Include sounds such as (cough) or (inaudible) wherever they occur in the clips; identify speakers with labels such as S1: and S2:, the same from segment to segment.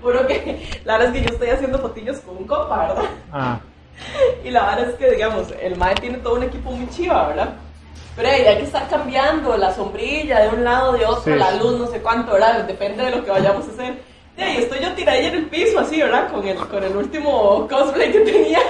S1: Puro que la verdad es que yo estoy haciendo fotillos con un compa, ¿verdad?
S2: Ah,
S1: (laughs) Y la verdad es que, digamos, el MAE tiene todo un equipo muy chiva, ¿verdad? Pero ahí hay que estar cambiando la sombrilla de un lado, de otro,
S2: Sí.
S1: la luz, no sé cuánto, ¿verdad? Depende de lo que vayamos a hacer. Y ahí estoy yo tiradilla en el piso, así, ¿verdad? Con el, con el último cosplay que tenía. (laughs)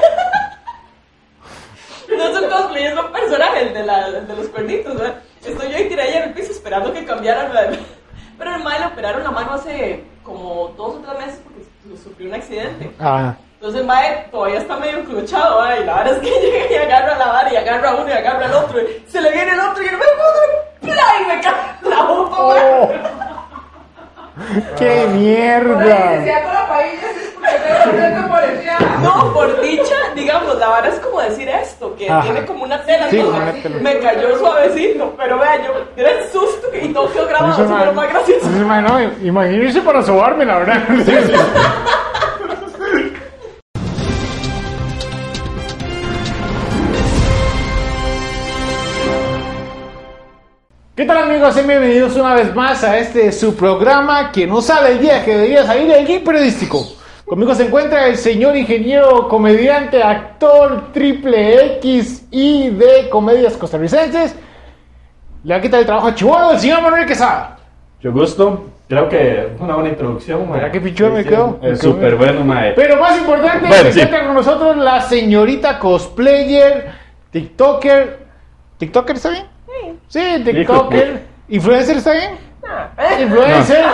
S1: No es un cosplay, es un personaje, el de, la, el de los cuernitos, ¿verdad? Estoy yo ahí tiradilla en el piso esperando que cambiaran la... (laughs) Pero el MAE le operaron la mano hace como dos o tres meses porque su- sufrió un accidente.
S2: ah, (laughs)
S1: Entonces, mae, todavía está medio encruchado, ¿verdad? y la verdad es que (laughs) llega y agarra la vara, y agarra a uno, y agarra al otro, y se le viene el otro, y el otro, y me cae en la boca, mae.
S2: ¡Oh! ¡Qué mierda!
S3: decía con la paella, es (laughs) porque tengo un reto por el día.
S1: No, por dicha, digamos, la vara es como decir esto, que
S2: Ajá.
S1: tiene como una tela,
S2: Sí,
S1: entonces,
S2: una tela.
S1: me cayó suavecito, pero vea, yo, era el susto, y todo quedó grabado,
S2: Eso
S1: así,
S2: es
S1: Ah, pero
S2: ma-
S1: más gracioso.
S2: eso es ma- no, imagínense para sobarme, la verdad.
S1: (laughs)
S2: Sí, sí. ¿Qué tal amigos? Sean bienvenidos una vez más a este su programa que no sale el día que debería salir el guía periodístico. Conmigo se encuentra el señor ingeniero, comediante, actor triple X y de comedias costarricenses. Le ha quitado el trabajo a Chihuahua el señor Manuel Quesada.
S4: Yo gusto, creo que fue una buena introducción, mae.
S2: ¿Verdad que pichón me
S4: Sí,
S2: quedó? Me
S4: Es
S2: quedó
S4: súper
S2: bien.
S4: bueno, mae.
S2: Pero más importante,
S4: Bueno,
S2: se
S4: sí.
S2: encuentra con nosotros la señorita cosplayer, TikToker. ¿TikToker está bien? Sí, TikToker. ¿Influencer está bien? Influencer.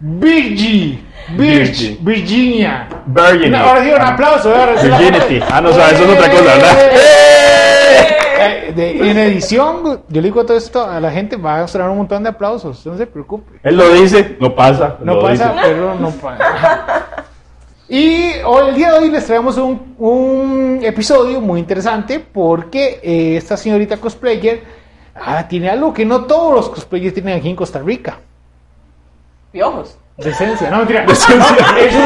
S2: Virgi. Virgi.
S4: Virgi.
S2: Virginia.
S4: Virgin.
S2: Ahora sí, un aplauso. ¿eh? ahora sí.
S4: Virginity. Ah, no, o sea, eso es otra cosa, ¿verdad?
S2: Eh, de- en edición, yo le digo todo esto a la gente, va a sonar un montón de aplausos, no se preocupe.
S4: Él lo dice, no pasa.
S2: No
S4: lo
S2: pasa,
S4: dice. (laughs)
S2: pero no pasa. (laughs) Y hoy, el día de hoy les traemos un, un episodio muy interesante porque eh, esta señorita cosplayer ah, tiene algo que no todos los cosplayers tienen aquí en Costa Rica.
S1: Piojos.
S2: Decencia, no mentira. Es una- eso,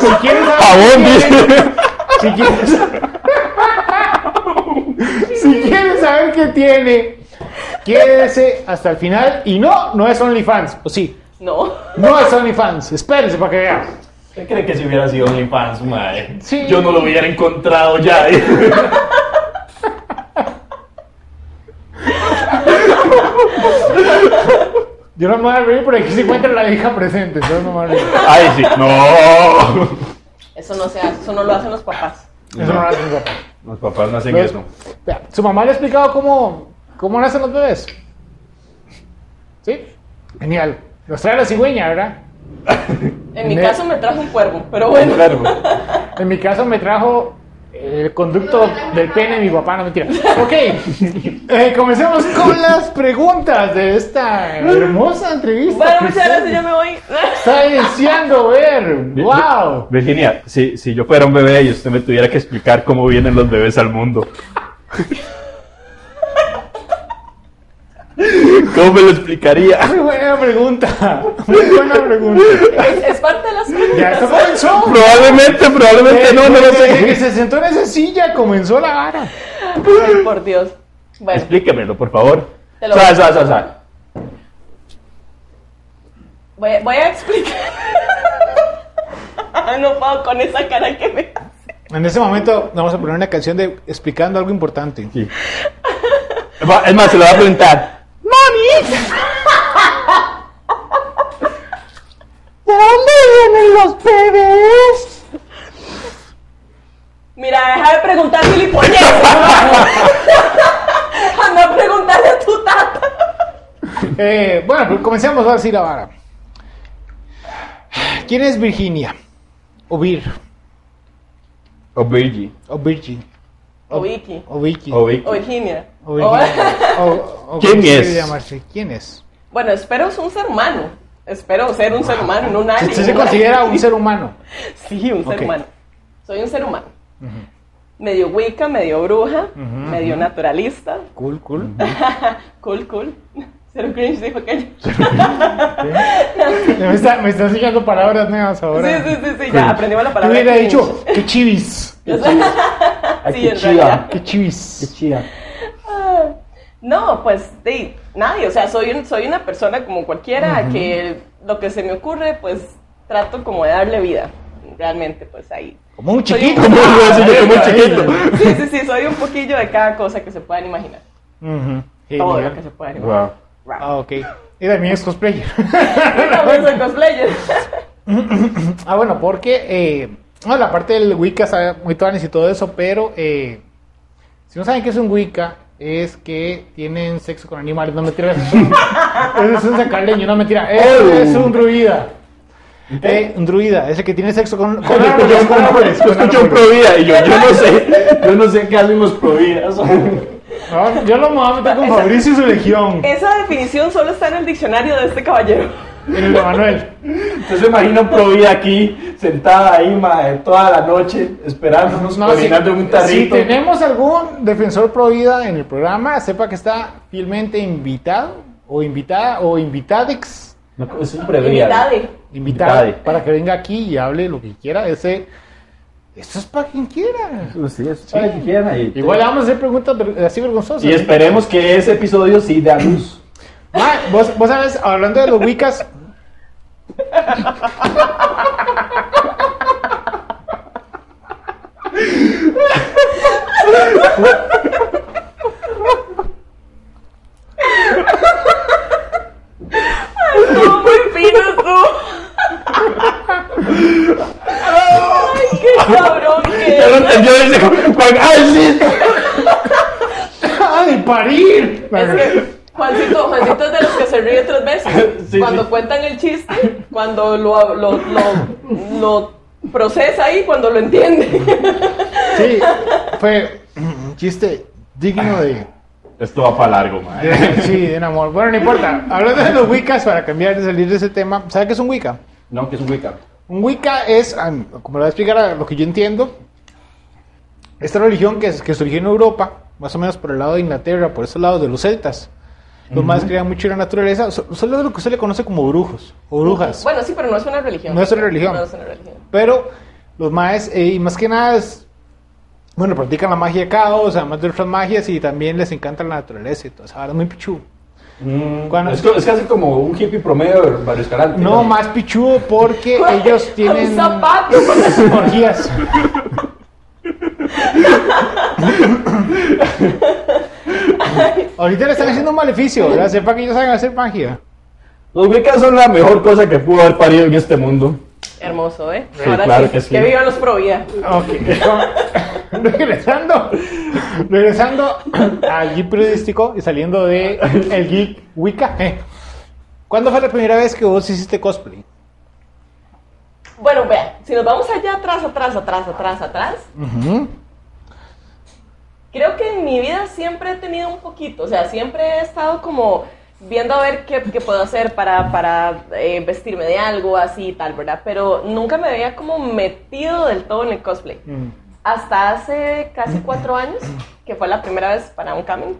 S2: (laughs) si quieres saber,
S4: Pavón,
S2: si quieres-
S4: dice.
S2: si quieres, (laughs) si quieres saber qué tiene, quédese hasta el final. Y no, no es OnlyFans, o sí,
S1: No.
S2: no es OnlyFans. Espérense para que vean.
S4: ¿Usted cree que si hubiera sido OnlyFans, mae?
S2: Sí.
S4: Yo no lo hubiera encontrado ya. (laughs)
S2: Yo no me voy a reír porque aquí se encuentra la hija presente. entonces no me voy a reír.
S4: Ay, sí. No. (laughs)
S1: Eso no se hace, eso no lo hacen los papás.
S2: Eso no lo hace mi papá.
S4: Los papás no hacen
S2: Los-
S4: eso.
S2: Vea, Su mamá le ha explicado cómo, cómo nacen los bebés. ¿Sí? Genial. Los trae la cigüeña, ¿verdad?
S1: En mi
S2: Ne-
S1: caso me trajo un cuervo, pero bueno.
S4: Claro.
S2: En mi caso me trajo el conducto del pene de mi papá, no mentira. Ok, (laughs) eh, comencemos con las preguntas de esta hermosa entrevista.
S1: Bueno,
S2: que
S1: muchas
S2: usted
S1: gracias, ya me voy. (laughs)
S2: Está iniciando a ver. ¡Wow!
S4: Virginia, si, si yo fuera un bebé y usted me tuviera que explicar cómo vienen los bebés al mundo. (laughs) ¿Cómo me lo explicaría?
S2: Muy buena pregunta. Muy buena pregunta.
S1: Es, es parte de las
S2: Ya esto
S1: preguntas.
S2: comenzó.
S4: Probablemente, probablemente no, no lo
S2: Desde Eh, que
S4: sé.
S2: se sentó en esa silla comenzó la vara.
S1: Ay, por Dios. Bueno.
S4: Explíquemelo, por favor.
S1: Te lo-
S4: Sa, sa, sa, sa.
S1: Voy, voy a explicar. (laughs) no puedo con esa cara que me hace.
S2: En ese momento vamos a poner una canción de explicando algo importante.
S4: Sí. Va- Es más, se lo va a preguntar.
S2: ¿De dónde vienen los bebés?
S1: Mira, deja de preguntar gilipollas. Anda a preguntarle a tu tata.
S2: Eh, bueno, pues comencemos ahora sí la vara. ¿Quién es Virginia? O Vir.
S4: O Virgie.
S2: O Virgin.
S1: O Vicky.
S2: O Vicky.
S4: O Vicky.
S1: O Virginia.
S2: O Oh. Virginia.
S1: O-
S2: O- o
S4: ¿Quién
S2: como
S4: es?
S2: quiere llamarse. ¿Quién es?
S1: (laughs) Bueno, espero es un ser humano. Espero ser un ser humano, no un alien.
S2: ¿Usted se considera un ser humano?
S1: (laughs) Sí, un ser
S2: Ok.
S1: humano. Soy un ser humano. Medio wicca, medio bruja, medio naturalista.
S2: Cool, cool.
S1: Cool, cool. (laughs) Cero cringe dijo aquello.
S2: Me está, me está enseñando palabras nuevas ahora.
S1: Sí, sí, sí, sí, ya aprendimos la
S2: Yo
S1: palabra.
S2: hubiera
S1: cringe. (laughs)
S2: dicho, qué chivis.
S1: Sí, en realidad.
S2: Qué chivis.
S4: chida.
S1: Ah, No, pues de, nadie, o sea, soy, un- soy una persona como cualquiera que lo que se me ocurre, pues trato como de darle vida, realmente, pues ahí.
S2: Como un
S1: Soy
S2: chiquito.
S1: (laughs) un-
S4: ¿Cómo lo
S2: (laughs)
S4: decía yo como chiquito?
S1: Sí, sí, sí, soy un poquillo de cada cosa que se puedan imaginar.
S2: Ujú.
S1: Todo
S2: Genial.
S1: lo que se pueda imaginar.
S4: Wow.
S1: Wow.
S2: Ah, ok. Y también es
S1: (laughs)
S2: cosplayer.
S1: Yo también (laughs) soy cosplayer.
S2: ah, bueno, porque eh, no, la parte del Wicca sabe muy tuanis y todo eso, pero eh, si no saben qué es un Wicca, es que tienen sexo con animales, no (laughs) mentiras. Ese es un sacaleño, no mentira. Eso
S4: Oh.
S2: es un druida. Eh, un druida, ese que tiene sexo con, con
S4: Yo escuché
S2: árboles,
S4: un-
S2: con árboles,
S4: yo
S2: con
S4: escuché un
S2: árboles.
S4: provida y yo, yo no sé, yo no sé qué hacen los providas. (laughs)
S2: No, yo lo me voy a meter con
S1: Esa-
S2: Fabricio y su legión.
S1: Esa definición solo está en el diccionario de este caballero.
S2: En el de Manuel.
S4: Usted se imagina un provida aquí, sentada ahí, mae, toda la noche, esperándonos,
S2: No, si,
S4: cocinando en un
S2: si
S4: tarrito.
S2: tenemos algún defensor pro vida en el programa, sepa que está fielmente invitado o invitada o invitadex,
S4: No, es un
S1: Invitade.
S2: invitada
S4: Invitade.
S2: para que venga aquí y hable lo que quiera. Ese, eso es para quien quiera.
S4: Sí, es para que quieran ahí.
S2: Igual le vamos a hacer preguntas ver- así vergonzosas.
S4: Y esperemos que ese episodio sí dé a luz.
S2: Ma, vos, vos sabes, hablando de los Wiccas.
S1: No, muy fino tú. Ay, qué cabrón que
S4: Ya lo
S1: es.
S4: entendió, dice Juan,
S2: ah,
S4: ¡ay, sí!
S2: ¡Ay, parir!
S1: Es que Juancito, Juancito es de los que se ríe tres veces.
S4: (laughs) Sí,
S1: cuando
S4: sí.
S1: cuentan el chiste, cuando lo, lo, lo, lo procesa y cuando lo entiende.
S2: Sí, fue un chiste digno de.
S4: Esto va para largo, mae.
S2: de- sí, de enamor. Bueno, no importa. Hablando de los Wiccas, para cambiar de salir de ese tema, ¿sabes qué es un Wicca?
S4: (laughs) No, que es un Wicca.
S2: Un Wicca es, am, como lo voy a explicar a lo que yo entiendo, esta religión que, que surgió en Europa, más o menos por el lado de Inglaterra, por esos lados de los celtas. Los más creían mucho en la naturaleza, so- solo lo que se le conoce como brujos o brujas.
S1: (laughs) Bueno, sí, pero no es una religión.
S2: No es una religión.
S1: No es una religión.
S2: Pero los maes, eh, y más que nada, es, bueno, practican la magia de caos, además de otras magias, y también les encanta la naturaleza y todo eso. Ahora es muy pichu. Cuando-
S4: Mm, es, co- es casi como un hippie promedio de Barrio Escalante.
S2: No más pichudo porque
S1: (laughs)
S2: ellos
S1: Un
S2: tienen (laughs)
S1: zapato.
S2: orgías. Ahorita le están haciendo un maleficio, ¿verdad? Sepa que ellos saben hacer magia.
S4: Los Wiccas son la mejor cosa que pudo haber parido en este mundo.
S1: Hermoso, ¿eh?
S4: Sí, claro que sí.
S1: vivan los pro vida.
S2: Ok. (laughs) regresando, regresando al geek periodístico y saliendo de el geek Wicca. eh. ¿Cuándo fue la primera vez que vos hiciste cosplay?
S1: Bueno, vea, si nos vamos allá atrás, atrás, atrás, atrás, atrás,
S2: Ujú.
S1: creo que en mi vida siempre he tenido un poquito, o sea, siempre he estado como viendo a ver qué, qué puedo hacer para, para eh, vestirme de algo así y tal, ¿verdad? Pero nunca me veía como metido del todo en el cosplay.
S2: Mm.
S1: Hasta hace casi cuatro años, que fue la primera vez para un camin,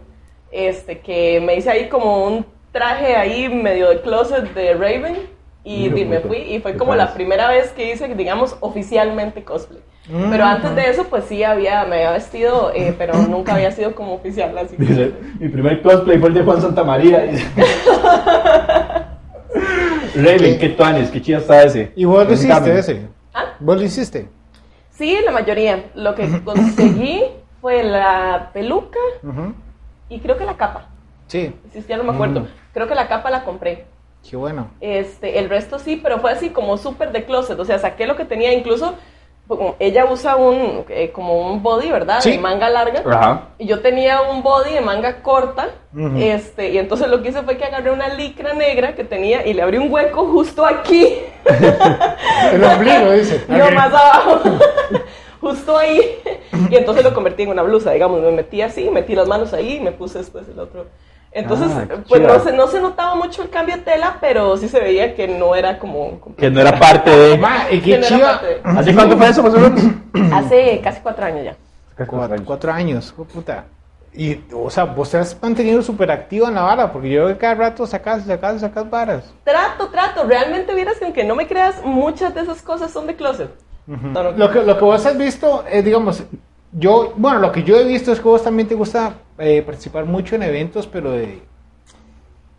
S1: este, que me hice ahí como un traje ahí medio de closet de Raven y
S4: Mira,
S1: di- me
S4: puta.
S1: fui y fue
S4: ¿Qué
S1: como
S4: tal?
S1: la primera vez que hice, digamos, oficialmente cosplay.
S2: Mm,
S1: Pero antes de eso, pues sí, había, me había vestido, eh, pero nunca había sido como oficial, así que-
S4: Dice, mi primer cosplay fue el de Juan Santa María. Raven, qué tuanes, qué chida está ese.
S2: ¿Y vos lo
S4: Es un cambio.
S2: hiciste ese?
S1: ¿Ah?
S2: ¿Vos lo hiciste?
S1: Sí, la mayoría. Lo que conseguí fue la peluca
S2: Ujú.
S1: y creo que la capa.
S2: Sí,
S1: Si ya no me acuerdo.
S4: Mm.
S1: Creo que la capa la compré.
S2: qué bueno.
S1: Este, el resto sí, pero fue así como súper de closet. O sea, saqué lo que tenía. Incluso como ella usa un eh, como un body, ¿verdad?
S2: Sí.
S1: De manga larga.
S4: Ajá.
S1: Y yo tenía un body de manga corta.
S2: Ujú.
S1: este, y entonces lo que hice fue que agarré una licra negra que tenía y le abrí un hueco justo aquí.
S2: (laughs) El ombligo, dice.
S1: (laughs) No,
S2: Ok.
S1: más abajo. Justo ahí. Y entonces lo convertí en una blusa, digamos. Me metí así, metí las manos ahí y me puse después el otro. Entonces,
S4: Ah, qué
S1: pues
S4: chido.
S1: no se, no se notaba mucho el cambio de tela, pero sí se veía que no era como...
S2: (clears throat)
S1: como-
S4: Que no era parte de.
S2: Ma, y
S1: que
S2: qué
S1: no era
S2: chiva.
S1: parte de-
S4: ¿Hace cuánto fue eso, más o menos?
S1: Hace casi cuatro años ya.
S2: Cuatro, cuatro años, hijo de puta. Y, o sea, vos te has mantenido súper activo en la vara, porque yo veo que cada rato sacas, sacas, sacas varas.
S1: Trato, trato. Realmente vieras que aunque no me creas, muchas de esas cosas son de closet. No, no.
S2: Lo que, lo que vos has visto, es, digamos, yo, bueno, lo que yo he visto es que vos también te gusta eh, participar mucho en eventos, pero de,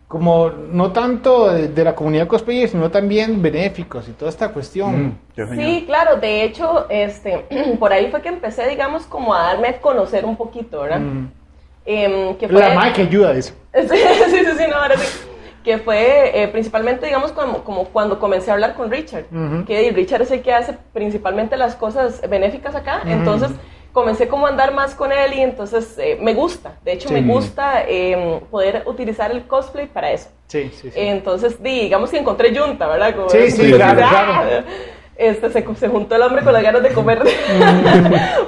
S2: como no tanto de, de la comunidad cosplayer, sino también benéficos y toda esta
S4: Mm.
S2: cuestión.
S1: Mm. Sí, claro, de hecho, este, (clears throat) por ahí fue que empecé, digamos, como a darme a conocer un poquito, ¿verdad?
S2: Mm.
S1: Em, que fue-
S2: La madre que ayuda, dice.
S1: (laughs) Sí, sí, sí, sí, no, ahora sí. Que fue eh, principalmente, digamos, como, como cuando comencé a hablar con Richard.
S2: Ujú.
S1: Que Richard es el que hace principalmente las cosas benéficas acá. Entonces comencé como a andar más con él y entonces eh, me gusta. De hecho,
S2: Sí.
S1: me gusta eh, poder utilizar el cosplay para eso.
S2: Sí, sí, sí.
S1: Entonces, di, digamos que encontré yunta, ¿verdad? Como-
S2: Sí, sí, claro,
S1: ¡Ah!
S2: claro.
S1: Este, se, se juntó el hombre con las ganas de
S2: (laughs)
S1: comer.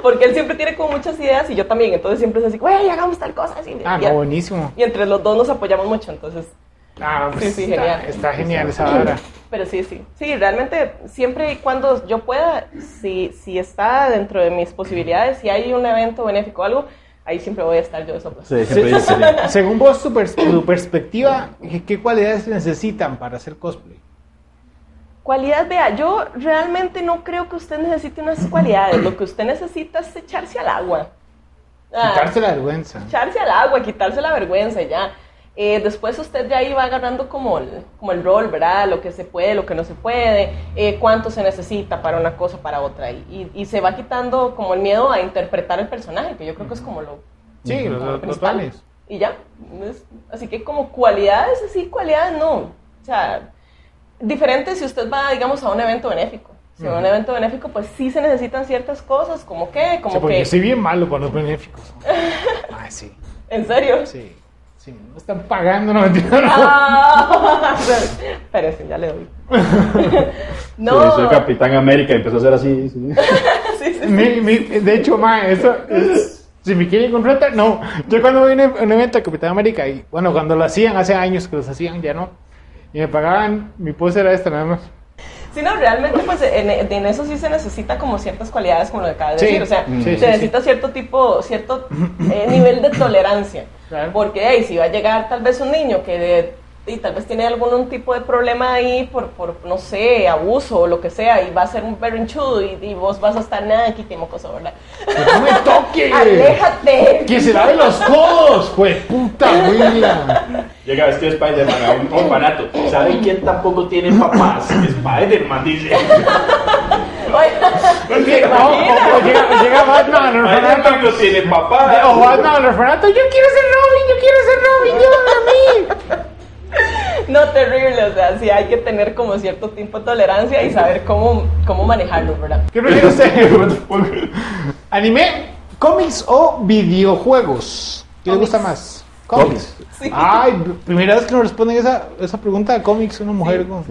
S1: Porque él siempre tiene como muchas ideas y yo también. Entonces siempre es así, güey, hagamos tal cosa. Así,
S2: ah,
S1: y-
S2: no, buenísimo.
S1: y entre los dos nos apoyamos mucho, entonces.
S2: Ah, pues
S1: sí,
S2: está,
S1: genial.
S2: está genial esa vara.
S1: Pero sí, sí. Sí, realmente siempre y cuando yo pueda, si, si está dentro de mis posibilidades, si hay un evento benéfico o algo, ahí siempre voy a estar yo de soplas. (laughs)
S4: Sí, siempre dice que sí.
S2: Según vos, tu, pers- tu perspectiva, ¿qué, qué cualidades se necesitan para hacer cosplay?
S1: Cualidad, vea, yo realmente no creo que usted necesite unas cualidades. Lo que usted necesita es echarse al agua. Ah,
S2: Quitarse la vergüenza.
S1: echarse al agua, quitarse la vergüenza y ya. Eh, después usted ya ahí va agarrando como el, como el rol, ¿verdad? Lo que se puede, lo que no se puede, eh, cuánto se necesita para una cosa, para otra. Y, y- y se va quitando como el miedo a interpretar el personaje, que yo creo que es como lo,
S2: Sí, los,
S1: lo
S2: los, los
S1: principal.
S2: planes.
S1: Y ya. Es- así que como cualidades, así cualidades no. O sea, diferente si usted va, digamos, a un evento benéfico. Si va a un evento benéfico, pues sí se necesitan ciertas cosas, como que,
S2: Sí,
S1: como
S2: porque
S1: que...
S2: yo soy bien malo con
S1: (laughs)
S2: los benéficos. Ah, sí,
S1: ¿En serio?
S2: sí, sí. No están pagando, no mentira, no.
S1: (laughs) Ah, (laughs) pero sí, ya le
S2: (laughs)
S1: doy. (laughs)
S4: Sí,
S1: no,
S4: soy Capitán América y empezó a hacer así. sí.
S1: (laughs) sí, sí, sí.
S2: Mi- mi- de hecho, ma, eso es- si me quieren contratar, no. Yo cuando vine a un evento de Capitán América, y bueno, cuando lo hacían, hace años que los hacían, ya no. Y me pagaban, mi pose era esta
S1: (laughs)
S2: nada más.
S1: Sí, no, realmente, pues en, en eso sí se necesita como ciertas cualidades, como lo que acabas de
S2: Sí,
S1: decir. O sea,
S2: sí,
S1: se
S2: sí, sí.
S1: necesita cierto tipo, cierto eh, nivel de tolerancia.
S2: Claro.
S1: Porque ahí, si va a llegar tal vez un niño que de- y tal vez tiene algún tipo de problema ahí por, por, no sé, abuso o lo que sea, y va a ser un berrinchudo y, y vos vas a estar nada, aquí te mocoso, ¿verdad?
S2: ¡Que no me toque!
S1: ¡Aléjate!
S2: ¡Que se lave los codos! ¡Pues puta, William!
S5: Llega vestido de Spider-Man a un orfanato. ¿Saben quién tampoco tiene papás? Spider-Man,
S2: (laughs)
S5: dice.
S1: Pues
S2: O, o- o llega, llega Batman al orfanato.
S5: Spider-Man no tiene papás.
S2: O Batman al orfanato. ¡Yo quiero ser Robin! ¡Yo quiero ser Robin! ¡Llévame a mí!
S1: No, terrible, o sea, sí hay que tener como cierto tipo de tolerancia y saber cómo, cómo manejarlo, ¿verdad?
S2: ¿Qué prefiere usted? (laughs) ¿Anime, cómics o videojuegos? ¿Qué le gusta más? Cómics.
S1: Sí.
S2: Ay, primera vez que nos responden esa, esa pregunta de cómics, una mujer con...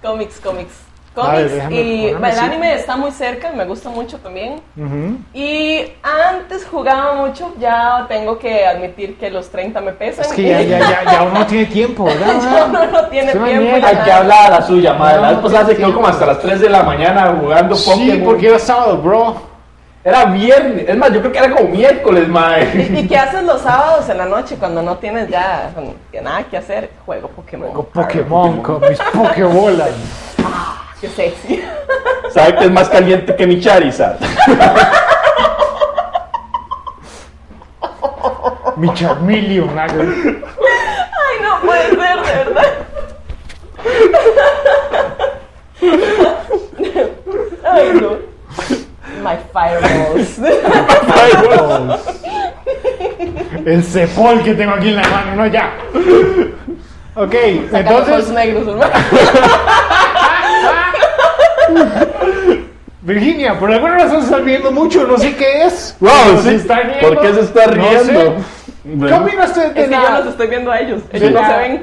S1: Cómics, cómics.
S2: Vale,
S1: Cómics
S2: déjame
S1: y
S2: ponerme
S1: el
S2: así.
S1: anime está muy cerca, me gusta mucho también.
S2: Ujú.
S1: Y antes jugaba mucho, ya tengo que admitir que los 30 me pesan.
S2: Es que ya, ya, ya, ya uno no tiene tiempo, ¿verdad?
S1: (laughs) Ya uno no tiene
S2: Es una
S1: tiempo,
S2: mierda.
S1: ya.
S4: Hay que hablar a la suya, madre. La
S2: No,
S4: vez pasada se quedó
S2: sí.
S4: como hasta las 3 de la mañana jugando
S2: Sí,
S4: Pokémon.
S2: porque era sábado, bro.
S4: Era viernes. Es más, yo creo que era como miércoles, (laughs) madre.
S1: ¿Y, y qué haces los sábados en la noche cuando no tienes ya ya nada que hacer? Juego Pokémon.
S2: Con Pokémon, con mis Pokébolas.
S1: Qué sexy.
S4: ¿Sabe que es más caliente que mi (laughs) Charizard?
S2: Mi Charmeleon.
S1: (laughs)
S2: algo.
S1: Ay, no puede ser, de verdad. (laughs) Ay, no. My fireballs.
S2: El cepol que tengo aquí en la mano, no, ya. Ok,
S1: Entonces,
S2: entonces...
S1: negros, (laughs) hermano.
S2: Virginia, por alguna razón se está riendo mucho, no sé qué es.
S4: Wow,
S2: Pero
S4: sí.
S2: está riendo.
S4: (laughs) ¿Por qué se está
S2: No sé.
S4: riendo?
S2: ¿Qué
S4: Bueno,
S2: opina usted de,
S1: Es que yo
S2: la,
S1: los estoy viendo a ellos.
S2: Sí.
S1: Ellos no se ven.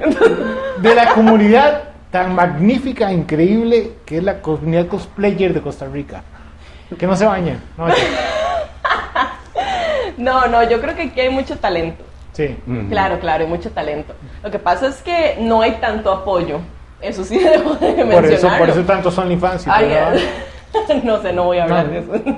S2: de la comunidad tan magnífica, increíble, que es la comunidad cosplayer de Costa Rica? Que no se bañen. No, ya.
S1: (laughs) No, no, yo creo que aquí hay mucho talento.
S2: sí.
S1: Claro, claro, hay mucho talento. Lo que pasa es que no hay tanto apoyo. Eso sí (laughs) debo de
S2: Por eso,
S1: mencionarlo.
S2: por eso tantos OnlyFans. y
S1: Ay,
S2: todo,
S1: (laughs)
S2: ¿no?
S1: no sé, no voy a hablar
S2: No.
S1: de eso. (laughs)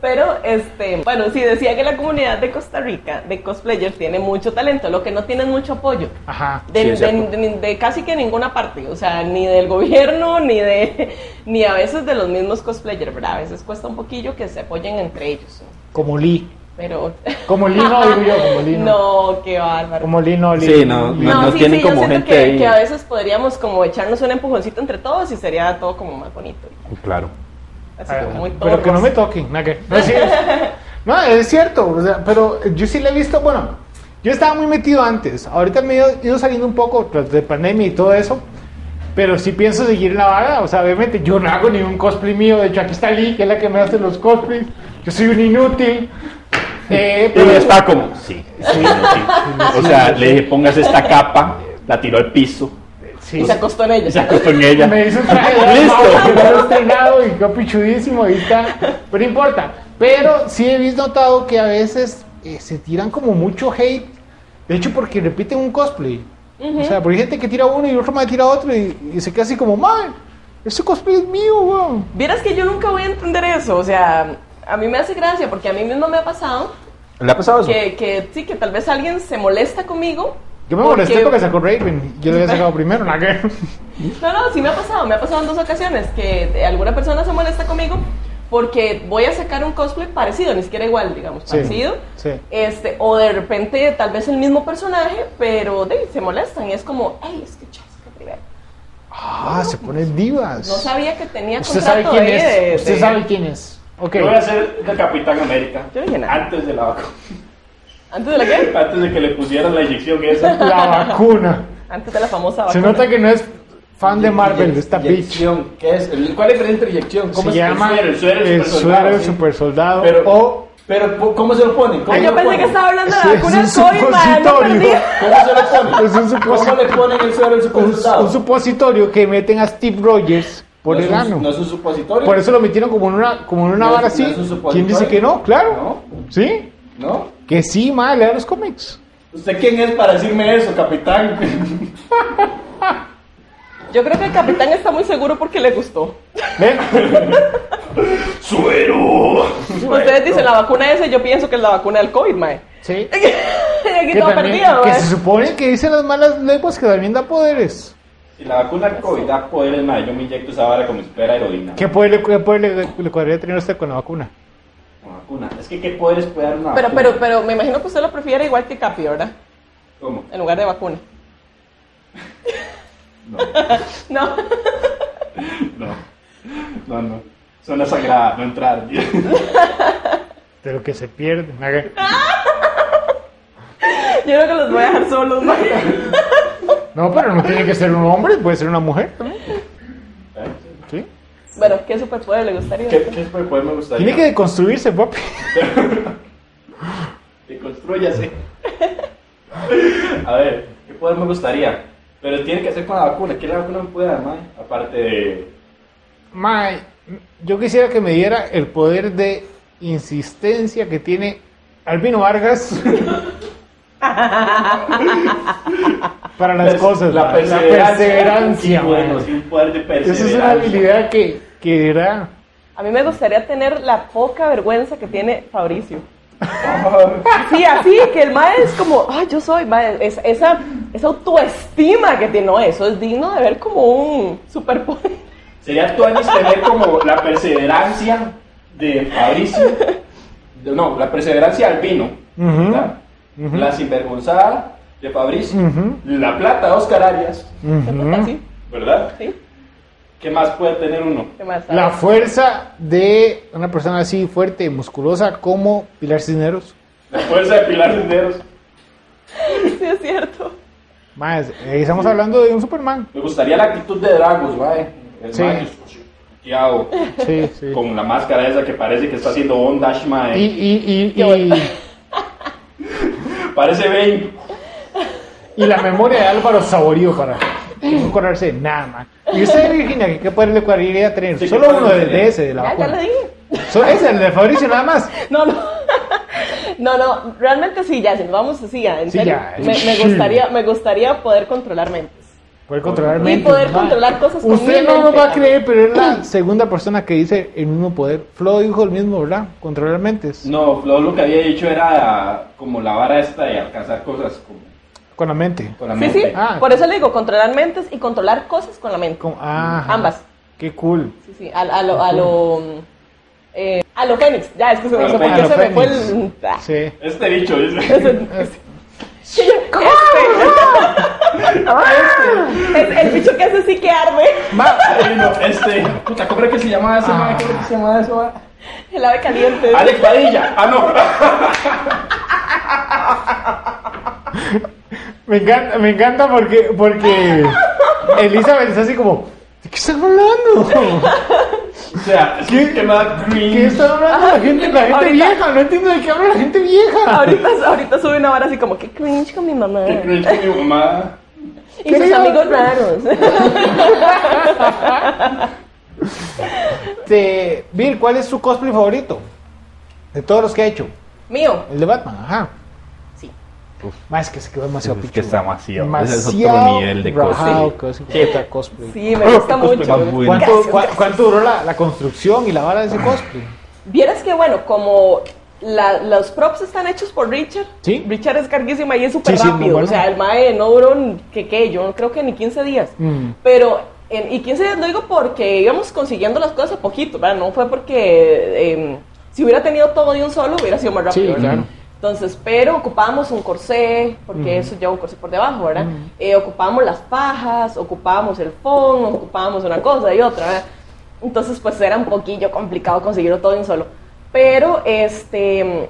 S1: Pero, este, bueno, sí decía que la comunidad de Costa Rica, de cosplayers, tiene mucho talento, lo que no tiene es mucho apoyo.
S2: Ajá.
S1: De,
S4: Sí, es
S1: de-
S4: cierto.
S1: de- de casi que ninguna parte, o sea, ni del gobierno, (laughs) ni de, ni a veces de los mismos cosplayers, ¿verdad? A veces cuesta un poquillo que se apoyen entre ellos.
S2: Como Lee.
S1: Pero.
S2: (laughs) Como Lino, digo yo, como Lino.
S1: No, qué bárbaro.
S2: Como Lino, Lino.
S6: Sí, no,
S1: No,
S6: no
S1: sí,
S6: tienen
S1: sí, yo
S6: como
S1: siento
S6: gente
S1: que,
S6: ahí.
S1: que a veces podríamos como echarnos un empujoncito entre todos y sería todo como más bonito.
S6: Claro.
S1: Así
S2: Ah,
S1: como muy
S2: pero que no
S1: todos.
S2: me toquen, nada que- no, sí es. No, es cierto, o sea, pero yo sí le he visto, bueno, yo estaba muy metido antes, ahorita me he ido- ido saliendo un poco tras de pandemia y todo eso, pero sí pienso seguir la vaga, o sea, obviamente yo no hago ningún cosplay mío, de hecho aquí está Lee, que es la que me hace los cosplays, yo soy un inútil.
S6: (laughs)
S2: Eh,
S6: Y
S2: pero-
S6: está como, sí, sí, no, sí. O sea, le dije, póngase esta capa, la tiró al piso
S2: sí.
S1: Y se acostó en
S6: y se
S1: ella.
S6: acostó en ella.
S2: Me hizo un traje de
S6: Listo.
S2: Listo. estrenado y quedó pichudísimo y está. Pero no importa. Pero sí he visto- notado que a veces eh, se tiran como mucho hate. De hecho, porque repiten un cosplay. O sea, porque hay gente que tira uno y otro más tira otro y, y se queda así como, mal. Ese cosplay es mío, weón.
S1: Vieras que yo nunca voy a entender eso. O sea, a mí me hace gracia porque a mí mismo me ha pasado
S6: ¿Le ha pasado eso?
S1: que, que sí, que tal vez alguien se molesta conmigo.
S2: Yo me molesté
S1: porque
S2: porque sacó Raven. Yo lo había
S1: (laughs)
S2: sacado primero, ¿no? Que-
S1: No, no, sí me ha pasado, me ha pasado en dos ocasiones que eh, alguna persona se molesta conmigo porque voy a sacar un cosplay parecido, ni siquiera igual, digamos,
S2: Sí,
S1: parecido.
S2: sí.
S1: Este, o de repente tal vez el mismo personaje, pero de, ahí, se molestan y es como, "Ey, es que Jessica Rivera,
S2: Ah, se ponen divas.
S1: no sabía que tenía
S2: Usted sabe
S1: contrato
S2: quién
S1: ahí
S2: es.
S1: de- de-
S2: Usted sabe quién es. Ok.
S4: Yo voy a ser el Capitán América.
S1: Yo no dije nada.
S4: Antes de la vacuna.
S1: antes de la qué?
S4: Antes de que le pusieran la inyección
S1: (laughs)
S4: esa.
S2: La vacuna.
S1: Antes de la famosa
S2: Se
S1: vacuna.
S2: nota que no es fan de Marvel, esta bitch.
S7: inyección, ¿qué es? El- ¿Cuál es la diferencia entre inyección? ¿Cómo
S2: se
S7: es?
S2: llama
S4: suero, el suero, el
S2: el
S4: supersoldado,
S2: suero del
S4: sí.
S2: supersoldado
S4: Pero-
S2: o
S7: Pero po- ¿cómo se lo ponen? ¿Cómo
S1: Ah,
S7: se
S1: yo
S7: lo
S1: pensé
S7: ponen?
S1: que estaba hablando de
S2: Sí,
S1: la
S2: es
S1: vacuna
S2: un
S1: del COVID, madre, no
S2: supositorio.
S1: perdí.
S7: ¿Cómo se lo ponen?
S2: Es un supositorio.
S7: ¿Cómo le ponen el suero al
S2: un,
S7: supositado?
S2: un supositorio que meten a Steve Rogers por
S7: ¿No es
S2: el
S7: un-
S2: ano.
S7: ¿No es un supositorio?
S2: por eso lo metieron como en una, como en una
S7: No es-
S2: vara
S7: no
S2: así.
S7: es un supositorio.
S2: ¿Quién dice que no? Claro.
S7: No.
S2: ¿Sí?
S7: ¿No?
S2: Que sí, madre, lea los cómics.
S7: ¿Usted quién es para decirme eso,
S2: (laughs)
S7: capitán?
S1: Yo creo que el capitán está muy seguro porque le gustó.
S2: ¿Ve?
S7: (laughs)
S4: ¡Suero!
S1: Ustedes dicen la vacuna esa, yo pienso que es la vacuna del COVID, mae.
S2: Sí.
S1: Aquí
S2: Que,
S1: todo
S2: también-
S1: perdido,
S2: que
S1: mae.
S2: se supone que dicen las malas lenguas que también da poderes.
S4: Si la vacuna COVID da poderes, madre, yo me inyecto esa vara como espera heroína.
S2: ¿Qué poder le, qué poder le- le cuadraría tener usted con la vacuna?
S4: Una vacuna. Es que qué poderes puede dar una
S1: Pero,
S4: vacuna.
S1: pero, pero me imagino que usted lo prefiere igual que Capi, ¿verdad?
S4: ¿Cómo?
S1: En lugar de vacuna. (laughs)
S4: No,
S1: No, (laughs)
S4: no. No, no. Zona sagrada, no entrar. (laughs)
S2: De lo que se pierde. ¿no?
S7: (laughs)
S2: Que-
S1: yo creo que los voy a dejar solos, ¿no? (laughs)
S2: No, pero no tiene que ser un hombre, puede ser una mujer también. ¿Sí?
S1: Bueno, ¿qué superpoder le gustaría?
S4: ¿Qué, qué superpoder me gustaría?
S2: Tiene que deconstruirse, papi.
S4: Deconstrúyase. (laughs) A ver, ¿qué poder me gustaría? Pero tiene que ser con la vacuna. ¿Qué la vacuna me puede dar, madre? Aparte de.
S2: Mae, yo quisiera que me diera el poder de insistencia que tiene Albino
S4: (laughs)
S2: Vargas para las
S4: Pers-
S2: cosas.
S4: La
S2: mae, la
S4: perseverancia.
S2: perseverancia,
S4: Sí, bueno,
S2: mae.
S4: sí, un poder de
S2: Esa
S4: perseverancia.
S2: es una habilidad que, que era.
S1: A mí me gustaría tener la poca vergüenza que tiene Fabricio. Sí, así, que el mae es como, ay, yo soy, mae, es- esa, esa autoestima que tiene, no, eso es digno de ver como un superpoder.
S4: Sería Tuanis tener como la perseverancia de Fabricio. de- No, la perseverancia de albino.
S2: Ujú.
S4: ¿verdad? La sinvergonzada de Fabricio.
S2: Ujú.
S4: La plata de Oscar Arias.
S2: Ujú.
S1: (laughs) Así,
S4: ¿Verdad?
S1: sí.
S4: ¿Qué más puede tener uno?
S1: ¿Qué más?
S2: La fuerza de una persona así fuerte, musculosa como Pilar Cisneros.
S4: La fuerza de Pilar Cisneros.
S1: Sí, es cierto.
S2: Más, estamos hablando de un Superman.
S4: Me gustaría la actitud de Dragos, mae. El
S2: Sí.
S4: mae que es chuteado,
S2: Sí, sí.
S4: Con la máscara esa que parece que está haciendo bondage,
S2: Y,
S4: mae.
S2: y, y,
S1: bueno.
S2: y-
S4: Parece Bane.
S2: Y la memoria de Álvaro Saborío para no acordarse de nada, man. ¿Y usted, Virginia, qué- qué poder le cuadraría a tener?
S4: Sí, ¿qué
S2: Solo
S4: poder
S2: uno
S4: le
S2: de,
S4: gustaría?
S2: de ese, de la
S1: Ya, ya
S2: vacuna.
S1: le dije.
S2: Solo ese, el de Fabricio, nada más.
S1: No, (laughs) no. No, no, realmente sí, ya, si nos vamos así, ya, en
S2: Sí,
S1: serio.
S2: ya,
S1: Me, me
S2: sí.
S1: gustaría, me gustaría poder controlar mentes.
S2: Poder controlar
S1: Y
S2: mentes,
S1: poder
S2: man.
S1: controlar cosas este. con
S2: Usted
S1: mi
S2: no nos
S1: mente,
S2: va a
S1: man.
S2: creer, pero es la segunda persona que dice el mismo poder. Flo dijo el mismo, ¿verdad? Controlar mentes.
S4: Pues, No, Flo lo que había dicho era como la vara esta de alcanzar cosas como
S2: Con la mente.
S4: con la
S1: Sí,
S4: mente.
S1: sí,
S2: Ah.
S1: por eso le digo, controlar mentes y controlar cosas con la mente.
S2: Con- ah,
S1: Ambas.
S2: Qué cool.
S1: Sí, sí, a, a lo, a lo, Eh, a lo Fénix, ya, es que se me, fue-
S5: Fénix.
S1: que se me fue el...
S2: Fénix.
S1: (laughs)
S2: Sí. Eh.
S5: Este bicho, dice.
S1: Sí, yo- Este. Es el bicho que hace sí que arde.
S4: (laughs)
S5: Ay, no, este. Puta, ¿cómo era que se llamaba
S2: Ah.
S5: ese man? ¿Cómo era que se llamaba eso? man?
S1: El ave caliente.
S5: Alex Padilla. Ah,
S4: (laughs)
S5: no.
S2: Me encanta, me encanta porque,
S1: (laughs)
S2: porque Elizabeth es así como, ¿de qué están hablando?
S5: O sea, es
S2: ¿Qué?
S5: que me da
S2: ¿Qué
S5: green.
S2: está hablando la gente, la gente
S1: Ahorita-
S2: vieja? No entiendo de qué habla la gente vieja.
S1: Ahorita, ahorita sube una vara así como, qué cringe con mi mamá.
S5: Qué cringe que mi mamá.
S1: Y sus
S2: Querido.
S1: amigos raros. (laughs)
S2: Este, Bill, ¿cuál es su cosplay favorito? De todos los que ha hecho.
S1: Mío.
S2: El de Batman, ajá.
S1: Sí.
S2: Más que se quedó demasiado
S8: Es
S2: pichudo.
S8: que está demasiado, ese es otro nivel de
S2: rajado, que es puta cosplay.
S1: Sí, me
S2: (laughs)
S1: gusta
S2: Pues
S1: mucho.
S8: más bueno.
S2: ¿Cuánto, cua- cuánto duró la, la construcción y la vara de ese cosplay?
S1: Vieras que, bueno, como la- los props están hechos por Richard,
S2: Sí.
S1: Richard es carguísima y es súper
S2: Sí, sí, muy
S1: rápido.
S2: bueno.
S1: O sea, el mae no duró ni- que qué, yo creo que ni 15 días.
S2: Mm.
S1: Pero, en- y 15 días lo digo porque íbamos consiguiendo las cosas a poquito, ¿verdad? No fue porque em, si hubiera tenido todo de un solo hubiera sido más rápido.
S2: Sí,
S1: ¿verdad?
S2: claro.
S1: Entonces, pero ocupábamos un corsé, porque eso lleva un corsé por debajo, ¿verdad? Eh, ocupábamos las pajas, ocupábamos el fondo, ocupábamos una cosa y otra, ¿verdad? Entonces, pues era un poquillo complicado conseguirlo todo en un solo. Pero, este,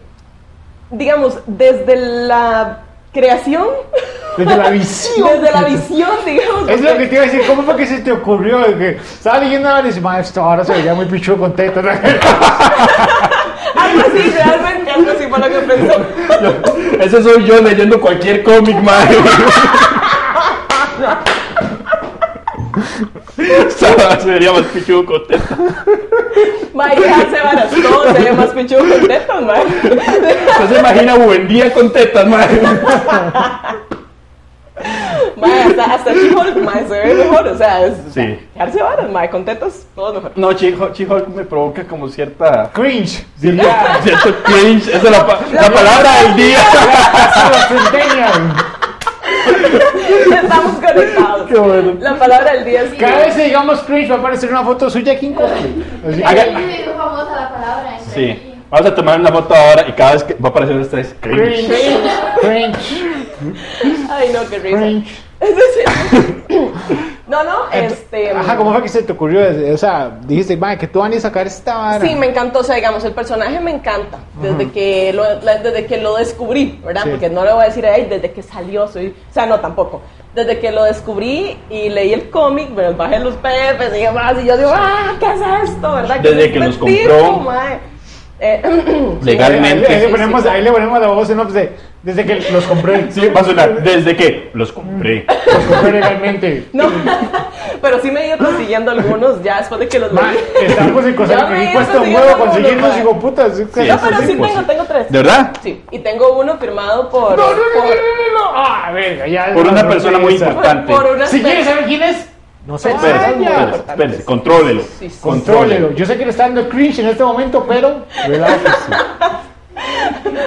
S1: digamos, desde la creación,
S2: Desde la visión.
S1: desde la visión, digamos.
S2: Es lo
S1: porque-
S2: que te iba a decir, ¿cómo fue que se te ocurrió? De Que estaba leyendo ahora y dice, maestro, ahora se veía muy pichudo con tetas. (laughs)
S1: Algo así, realmente algo así fue lo que pensó.
S4: (laughs) Ese soy yo leyendo cualquier cómic,
S8: (laughs)
S4: (laughs) madre.
S5: Se vería más pichudo con teta.
S1: Mae, ya se van a todos, se ve más pinche con tetas, mae.
S4: Usted Pues se imagina Buendía con tetas, madre.
S1: Mae, hasta, hasta She-Hulk, mae, se ve mejor, o sea, es,
S4: Sí.
S1: dejarse varas, mae, con tetas, todo mejor.
S4: (laughs) No, She-Hulk me provoca como cierta.
S2: Cringe.
S4: Cierta, cierto cringe. Esa es la, pa- la palabra del día.
S2: Hasta los centennial.
S1: Estamos conectados.
S4: Qué bueno.
S1: La palabra del día es
S2: Cada vez que digamos cringe va a aparecer una foto suya aquí en cosplay. Así que-
S4: Haga-
S9: me dijo famosa la palabra. en
S4: (laughs) Sí.
S9: Brasil.
S4: Vamos a tomar una foto ahora y cada vez que va a aparecer ustedes cringe.
S2: Cringe, cringe,
S1: Ay, no, qué risa.
S2: cringe.
S1: Es decir, (laughs) no, no, este...
S2: Ajá, ¿cómo fue que se te ocurrió? O sea, dijiste, madre, que tú van a sacar esta vara.
S1: Sí, me encantó, o sea, digamos, el personaje me encanta, desde, que, lo, la- desde que lo descubrí, ¿verdad?
S2: Sí.
S1: Porque no le voy a decir, ay, desde que salió, soy, o sea, no, tampoco. Desde que lo descubrí y leí el cómic, me los bajé los pepes y demás, y yo digo, ah, ¿qué es esto, verdad? ¿Qué
S5: Desde
S1: es
S5: que
S1: este
S5: los compró.
S1: tipo, mae? Eh, (clears throat)
S2: Ahí, ahí le
S4: Legalmente.
S2: ponemos,
S1: sí.
S2: ahí le ponemos la voz en off de, desde que los compré.
S4: Sí, va a sonar. ¿Desde que Los compré.
S2: Los compré legalmente.
S1: no, pero sí me he ido consiguiendo algunos ya después de que los
S2: Ma,
S1: leí.
S2: estamos en cosas
S1: Ya
S2: que
S1: me
S2: me
S1: iba
S2: cuesta un
S1: consiguiendo
S2: huevo
S1: uno,
S2: conseguirnos,
S1: ma.
S2: digo, puta. es
S1: No,
S2: que-
S4: eso
S1: pero
S4: es
S1: sí tengo,
S4: imposible.
S1: tengo tres. Ah,
S4: ¿De verdad?
S1: Sí, y tengo uno firmado por...
S2: No, no, no, no,
S1: por-
S2: no, no, no. Ah, verga, ya.
S4: Por
S2: no,
S4: una
S2: no,
S4: persona
S2: no,
S4: muy
S2: esa.
S4: importante.
S1: por una
S2: Si quieres saber quién es, no se
S4: Espérese,
S2: vaya.
S4: espérese, espérese, contrólelo.
S1: Sí, sí.
S2: Contrólelo. Yo sé que le está dando cringe en este momento, pero. (laughs) ¿Verdad?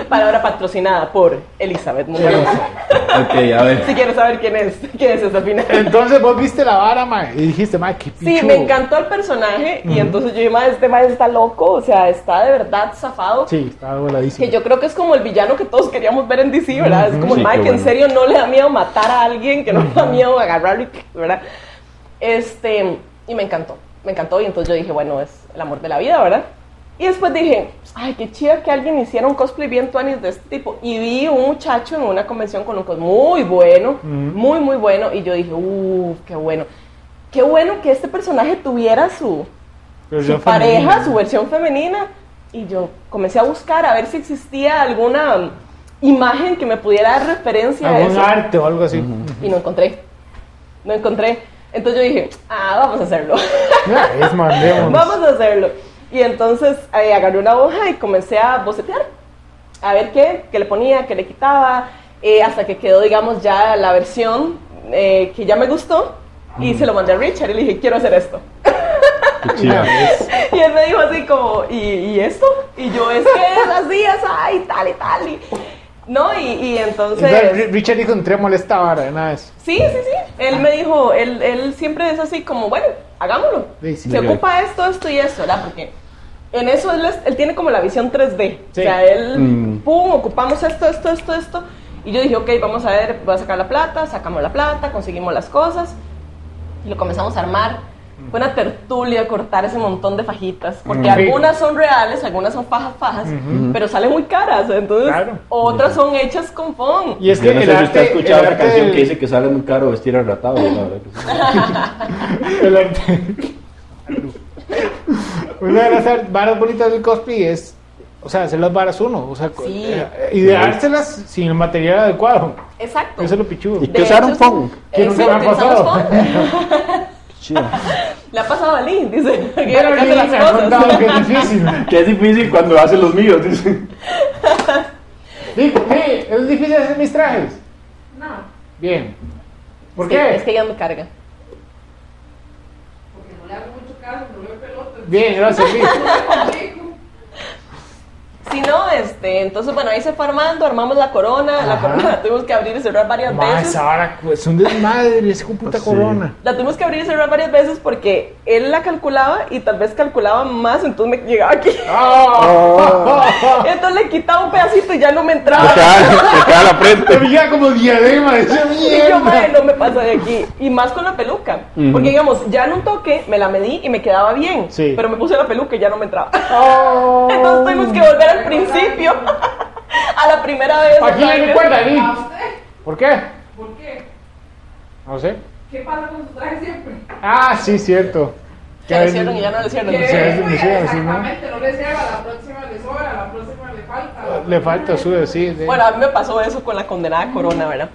S1: Palabra patrocinada por Elizabeth Muñoz.
S7: Ok, a ver.
S1: Si quieres saber quién es, quién es esa final.
S2: Entonces vos viste la vara, ma, y dijiste, ma, qué
S1: Sí,
S2: pichudo.
S1: me encantó el personaje y entonces yo dije, "Ma, este maestro está loco, o sea, está de verdad zafado.
S2: Sí, estaba voladísimo.
S1: Que yo creo que es como el villano que todos queríamos ver en DC, ¿verdad? Es como el
S4: Sí,
S1: mae
S4: qué
S1: que en
S4: bueno.
S1: serio no le da miedo matar a alguien, que no le da miedo agarrar, y- ¿verdad? Este, y me encantó, me encantó y entonces yo dije, bueno, es el amor de la vida, ¿verdad? Y después dije, ay, qué chido que alguien hiciera un cosplay bien tuanis de este tipo. Y vi un muchacho en una convención con un cosplay muy bueno, muy, muy bueno. Y yo dije, uff, qué bueno. Qué bueno que este personaje tuviera su,
S2: Pero
S1: su
S2: yo
S1: pareja,
S2: femenino.
S1: su versión femenina. Y yo comencé a buscar a ver si existía alguna um, imagen que me pudiera dar referencia a
S2: Algún
S1: eso.
S2: arte o algo así.
S1: Y no encontré. No encontré. Entonces yo dije, ah, vamos a hacerlo.
S2: (laughs)
S1: (laughs)
S2: Ya, es mandemos.
S1: vamos a hacerlo. Y entonces eh, agarré una hoja y comencé a bocetear. A ver qué, qué le ponía, qué le quitaba. eh, hasta que quedó, digamos, ya la versión eh, que ya me gustó. Y
S2: Mm.
S1: se lo mandé a Richard y le dije, quiero hacer esto.
S4: Qué chido.
S1: (laughs) Y él me dijo así como, ¿y, y esto? Y yo, es que es así, es ahí, tal y tal. Y, ¿No? Y, y
S2: Entonces, Ri-
S1: entonces...
S2: Richard dijo, entremos a esta vara de una vez.
S1: Sí, sí, sí. Él me dijo, él, él siempre es así como, bueno, hagámoslo.
S2: Sí, sí.
S1: Se ocupa esto, esto y esto, ¿verdad? Porque en eso él, es- él tiene como la visión 3D.
S2: Sí.
S1: O sea, él,
S4: Mm.
S1: pum, ocupamos esto, esto, esto, esto. Y yo dije, ok, vamos a ver, voy a sacar la plata, sacamos la plata, conseguimos las cosas y lo comenzamos a armar.
S2: Mm.
S1: Fue una tertulia cortar ese montón de fajitas, porque
S2: Ujú.
S1: algunas son reales, algunas son fajas, fajas, pero salen muy caras, entonces
S2: Claro.
S1: otras son hechas con fond.
S2: Y es que
S5: Yo no
S2: el
S5: sé si usted ha
S2: arte,
S5: escuchado
S2: el
S5: esa
S2: arte
S5: canción
S2: del-
S5: que dice que sale muy caro vestir al ratado, la verdad que sí.
S2: El arte. (laughs) Una de las ar- varas bonitas del cosplay es, o sea, hacer las varas uno, o sea, co-
S1: Sí.
S2: eh, ideárselas sin el material adecuado.
S1: Exacto.
S2: Eso es lo pichudo.
S1: De
S4: usaron
S1: hecho,
S4: fond?
S2: Que
S1: eh,
S2: nunca
S1: sí,
S2: me ha
S1: utilizamos
S2: pasado.
S1: (laughs) fond.
S4: Chido.
S1: Le ha pasado a Lynn, dice. Que
S2: Pero
S1: hace
S2: ni me ha
S1: las
S2: contado
S1: cosas. (laughs)
S2: que es difícil.
S5: Que es difícil cuando hace los míos. dice.
S2: Digo, sí, es difícil hacer mis trajes.
S10: No,
S2: Bien. ¿Por
S1: Sí,
S2: qué?
S1: Es que ella me carga.
S10: porque no le hago mucho caso, no veo pelota.
S2: Bien, gracias.
S1: (laughs)
S2: Luis.
S1: Si no, este, entonces bueno, ahí se fue armando, armamos la corona, la
S2: Ajá.
S1: corona la tuvimos que abrir y cerrar varias
S2: Ma,
S1: veces.
S2: esa vara pues, es un desmadre, esa puta corona.
S1: La tuvimos que abrir y cerrar varias veces porque él la calculaba y tal vez calculaba más, entonces me llegaba aquí.
S2: Ah,
S4: (laughs)
S1: (laughs) Entonces le quitaba un pedacito y ya no me entraba.
S8: Me cae la
S2: Te
S8: frente.
S2: veía como diadema, esa
S1: (laughs) Y yo, madre,
S2: mierda.
S1: no me pasa de aquí. Y más con la peluca. Porque, digamos, ya en un toque me la medí y me quedaba bien.
S2: Sí.
S1: Pero me puse la peluca y ya no me entraba. (laughs)
S2: Oh.
S1: Entonces tuvimos que volver al principio. (laughs) a la primera vez.
S2: ¿A quién
S1: otra
S2: le
S1: vez.
S2: recuerda, Liz?
S10: ¿A usted?
S2: ¿Por qué?
S10: ¿Por qué?
S2: No sé.
S10: ¿Qué pasa con su traje siempre?
S2: Ah, sí, cierto.
S1: Ya le hicieron y ya no le hicieron.
S10: Que
S2: Sí, es
S10: oiga,
S2: demasiado, sí, ¿no?
S10: exactamente, no le cierra, la próxima le sobra, la próxima le falta.
S2: Ah, Le falta su decir. sí.
S1: Bueno, a mí me pasó eso con la condenada corona, ¿verdad?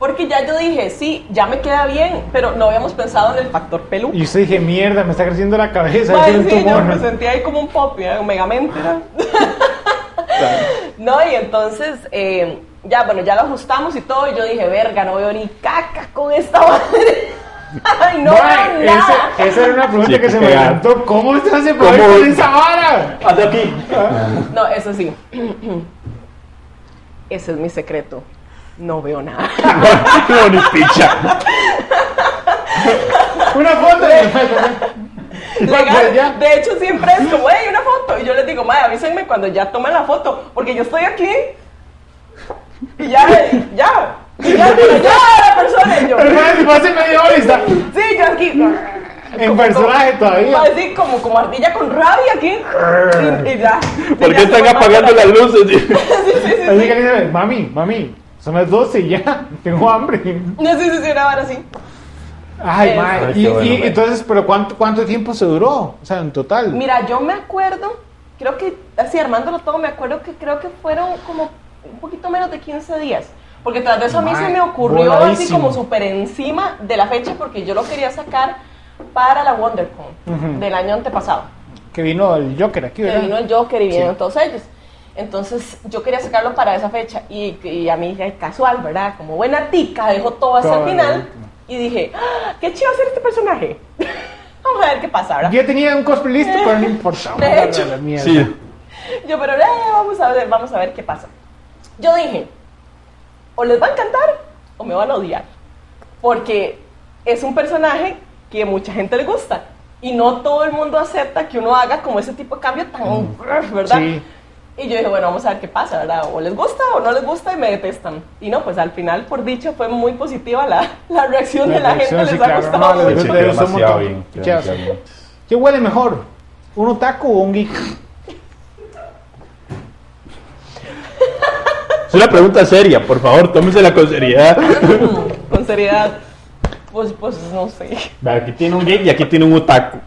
S1: Porque ya yo dije, sí, ya me queda bien, pero no habíamos pensado en el factor (laughs) peluca.
S2: Y usted dije, mierda, me está creciendo la cabeza.
S1: Mae,
S2: es un
S1: sí, pues, yo
S2: tumor.
S1: me sentí ahí como un pop, ¿verdad? un megamente. ¿verdad? (laughs) no, y entonces, eh, ya, bueno, ya lo ajustamos y todo, y yo dije, verga, no veo ni caca con esta madre. (laughs) Ay, no
S2: Mae,
S1: veo nada.
S2: ese- esa era una pregunta
S8: Sí,
S2: que se me
S8: pegar.
S2: levantó. ¿Cómo se hace
S4: ¿Cómo?
S2: poder con esa vara?
S4: Hasta aquí.
S1: No, eso sí. (clears throat) Ese es mi secreto. No veo
S8: (laughs)
S1: nada.
S8: Ni picha.
S1: (laughs)
S2: Una foto.
S8: pues
S1: Legal.
S2: ya.
S1: De hecho, siempre es como, hey, una foto. Y yo les digo, madre, avísenme cuando ya tomen la foto, porque yo estoy aquí. Y ya, eh, ya. Y ya, pero ya la persona. Y yo,
S2: Hermano, si pase media hora y está
S1: sí, yo aquí.
S2: en personaje todavía.
S1: Así como, como ardilla con rabia aquí. Y, y ya.
S8: ¿Por qué están apagando las luces?
S1: Sí, sí, sí.
S2: Así que le dice, mami, mami, son las 12 y ya, (laughs) tengo hambre.
S1: No, sí, sí, sí, una vara así.
S2: Ay,
S1: Es-
S2: mae.
S8: Ay, qué
S2: Y,
S8: bueno,
S2: y
S8: mae.
S2: entonces, ¿pero cuánto, cuánto tiempo se duró? O sea, en total.
S1: Mira, yo me acuerdo, creo que, así armándolo todo, me acuerdo que creo que fueron como un poquito menos de 15 días. Porque tras de eso a mí
S2: Mae,
S1: se me ocurrió así
S2: voladísimo.
S1: como súper encima de la fecha porque yo lo quería sacar para la WonderCon
S2: Ujú.
S1: del año antepasado.
S2: Que vino el Joker aquí,
S1: Que
S2: ¿verdad?
S1: vino el Joker y vinieron
S2: Sí.
S1: todos ellos. Entonces yo quería sacarlo para esa fecha y, y a mí ay, casual, ¿verdad? Como buena tica, dejó todo hasta
S2: Todo,
S1: el final
S2: ¿verdad?
S1: y dije, ¡Ah, qué chido hacer este personaje. (laughs) Vamos a ver qué pasa, ¿verdad?
S2: Yo tenía un cosplay listo, pero
S1: (laughs)
S2: no importa.
S1: De
S2: vamos a
S1: hecho.
S2: la mierda.
S8: Sí.
S1: Yo, pero eh, vamos a ver, vamos a ver qué pasa. Yo dije, o les va a encantar o me van a odiar, porque es un personaje que mucha gente le gusta y no todo el mundo acepta que uno haga como ese tipo de cambio tan, ¿verdad?
S2: Mm. Sí.
S1: Y yo dije, bueno, vamos a ver qué pasa, ¿verdad? O les gusta o no les gusta y me detestan. Y no, pues al final, por dicha, fue muy positiva la, la reacción
S2: La
S1: de la
S2: reacción,
S1: gente,
S2: sí,
S1: les ha
S2: claro,
S1: gustado.
S2: no, les-
S1: mucho.
S8: Sí, quedó demasiado bien. quedó
S2: Chao.
S8: demasiado bien.
S2: ¿Qué huele mejor? ¿Un otaku o
S1: (laughs)
S2: un geek?
S8: Es una pregunta seria, por favor, tómensela con seriedad.
S1: (laughs) Con seriedad, pues, pues no sé.
S8: Aquí tiene un geek y aquí tiene un otaku.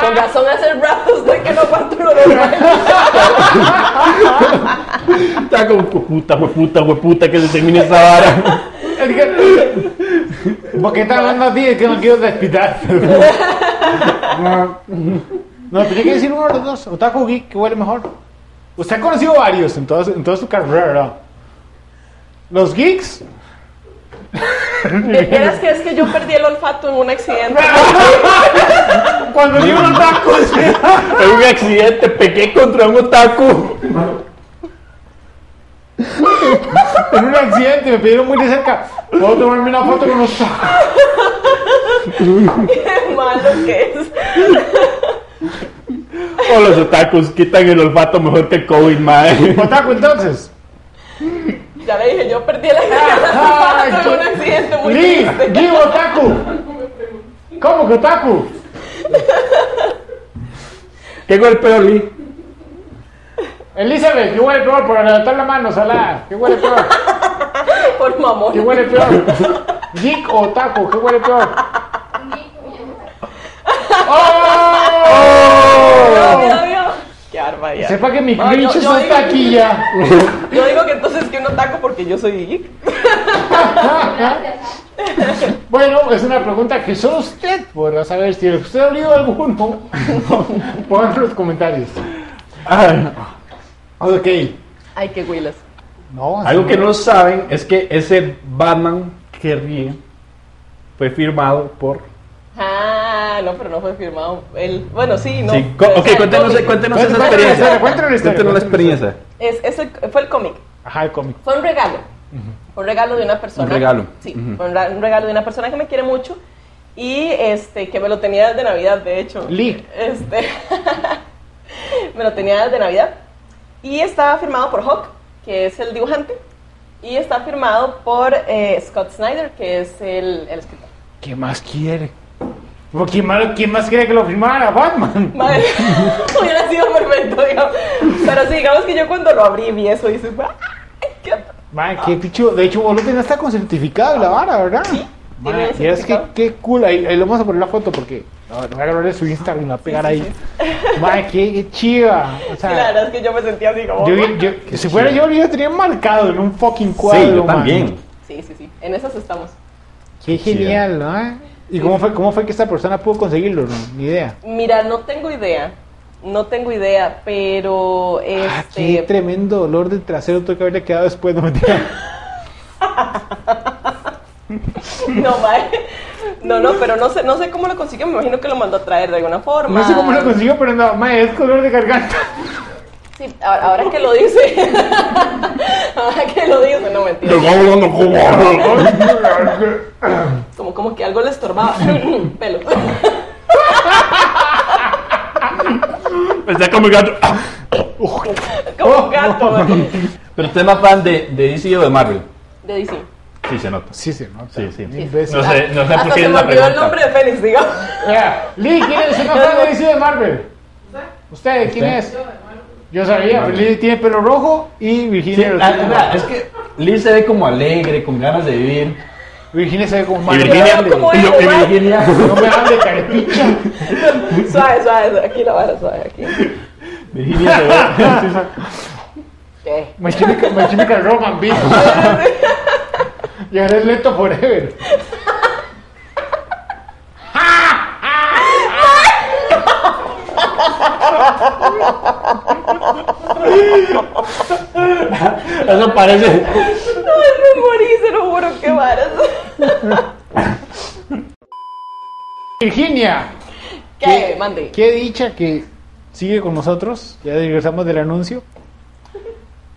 S1: Con razón hace ratos de que no aguanto lo de
S8: (laughs) Otaku, hueputa, hueputa, hueputa, que se termine esa vara.
S2: (laughs) ¿Por qué estás hablando así? Es que no quiero despitar. no, tenía que decir uno de los dos. Otaku o geek, ¿qué huele mejor? Usted ha conocido varios en toda, su- en toda su carrera, ¿verdad? Los geeks,
S1: Vieras que es que yo perdí el olfato en un accidente. (laughs)
S2: cuando digo un otaku, (laughs)
S8: Es un accidente, pequé contra un otaku.
S2: en un accidente me pidieron muy de cerca. ¿Puedo tomarme una foto con los otaku?
S1: Qué malo que es.
S8: O los otakus quitan el olfato mejor que el COVID, madre.
S2: Otaku, entonces.
S1: Ya le dije, yo perdí la
S2: Ah,
S1: idea. Tuve un
S2: qué-
S1: accidente muy
S2: Lee,
S1: triste.
S2: Lee Otaku. ¿Cómo que Otaku?
S8: ¿Qué golpeó Lee?
S2: Elizabeth, ¿qué huele peor por levantar la mano, Salada? ¿Qué huele peor?
S1: Por mamón.
S2: ¿Qué huele peor? ¿Geek o Otaku? ¿Qué huele peor?
S1: Vio,
S2: ¡Oh!
S1: vio, vio. Qué barbaridad.
S2: Sepa que mi
S1: No, yo-
S2: cringe
S1: yo
S2: está
S1: digo-
S2: aquí ya.
S1: Yo digo que entonces que no taco porque yo soy geek.
S9: Gracias.
S2: Bueno, es una pregunta que solo usted podrá saber si usted ha leído alguno. (laughs) Pónganlo en los comentarios. Ok.
S1: Ay, qué huilas.
S2: No,
S8: Algo
S2: sí.
S8: que no saben es que ese Batman que ríe fue firmado por.
S1: Ah, no, pero no fue firmado. Él, bueno, sí, no.
S8: Sí, co-
S1: Pero, o
S8: ok,
S1: sea, el
S8: cuéntenos,
S1: cómic.
S8: cuéntenos esa
S2: Cuéntanos la
S8: experiencia.
S2: historia, cuéntanos la historia,
S8: Cuéntenos la
S2: cuéntanos la
S8: experiencia.
S1: Es, es el- fue el cómic.
S2: Ajá, el cómic.
S1: Fue un regalo. Un regalo de una persona.
S8: Un regalo.
S1: Sí,
S8: Ujú.
S1: fue un, ra- un regalo de una persona que me quiere mucho y este que me lo tenía desde Navidad, de hecho.
S2: Lee.
S1: Este, (laughs) me lo tenía desde Navidad. Y estaba firmado por Hawk, que es el dibujante. Y está firmado por eh, Scott Snyder, que es el, el escritor.
S2: ¿Qué más quiere? Bueno, ¿Quién más, quién más quiere que lo firmara? Batman.
S1: Madre, (laughs) hubiera sido perfecto, digamos. Pero sí, digamos que yo cuando lo abrí vi eso y dije, ¡ay, qué
S2: Man, qué picho. De hecho, vos lo tenés hasta con certificado la vara, ¿verdad? Sí.
S1: tiene
S2: y es que
S1: certificado.
S2: qué cool. Ahí, ahí lo vamos a poner la foto porque a ver, voy a grabar su Instagram y la voy a pegar ahí. Man, qué, qué chiva. O
S1: Sí, la
S2: sea,
S1: verdad es que yo me sentía así como.
S2: yo, vi- yo- si fuera yo, yo lo tenía marcado en un fucking cuadro.
S4: sí, yo
S2: man.
S4: también.
S1: Sí, sí, sí. En esas estamos.
S2: Qué genial, ¿no? ¿Y cómo fue, cómo fue que esta persona pudo conseguirlo? No? Ni idea.
S1: Mira, no tengo idea. No tengo idea, pero
S2: Ah, qué
S1: este.
S2: tremendo dolor del trasero tuve que haberle quedado después, no me
S1: (laughs)
S2: (laughs)
S1: no, mae. (laughs) No, no, pero no sé, no sé cómo lo consiguió. Me imagino que lo mandó a traer de alguna forma.
S2: No sé cómo lo consiguió, pero no, ma, es color de garganta. (laughs)
S1: Sí, ahora, ahora que lo dice. (laughs) ahora que lo dice, no mentira. Como, como que algo le estorbaba. (laughs) Pelo.
S8: (laughs) Está como el gato.
S1: como un gato, mae.
S4: Pero usted es más fan de, de DC o de Marvel.
S1: De DC.
S8: Sí, se nota.
S2: Sí, se nota.
S8: Sí, sí.
S2: Mil veces.
S8: No sé, no sé por
S1: Hasta
S8: qué
S1: se
S8: es
S1: me
S8: la
S1: olvidó
S8: pregunta.
S1: el nombre de Félix, digamos.
S2: Vea, Lee, ¿quién es el más fan de DC de Marvel? ¿Usted? ¿Quién es? Yo sabía, pero Lee tiene pelo rojo y Virginia lo
S4: Ah,
S2: tiene.
S4: mira, es que Lee se ve como alegre, con ganas de vivir.
S2: Virginia se ve como
S8: Y
S2: Marvel.
S8: Virginia,
S1: ¿Cómo
S8: y yo-
S1: es,
S8: y
S1: mae?
S8: Virginia-
S2: No me hables de carepicha.
S1: (laughs) Suave, suave, suave. Aquí la vara, suave. Aquí.
S4: Virginia se ve.
S1: (laughs) ¿Qué?
S2: My Chemical, My Chemical Roman, bitch. Y ahora es lento forever.
S4: (laughs) Eso parece.
S1: Ay, me morí, se lo juro, qué varas.
S2: Virginia,
S1: ¿Qué? Mande.
S2: qué dicha que sigue con nosotros. Ya regresamos del anuncio.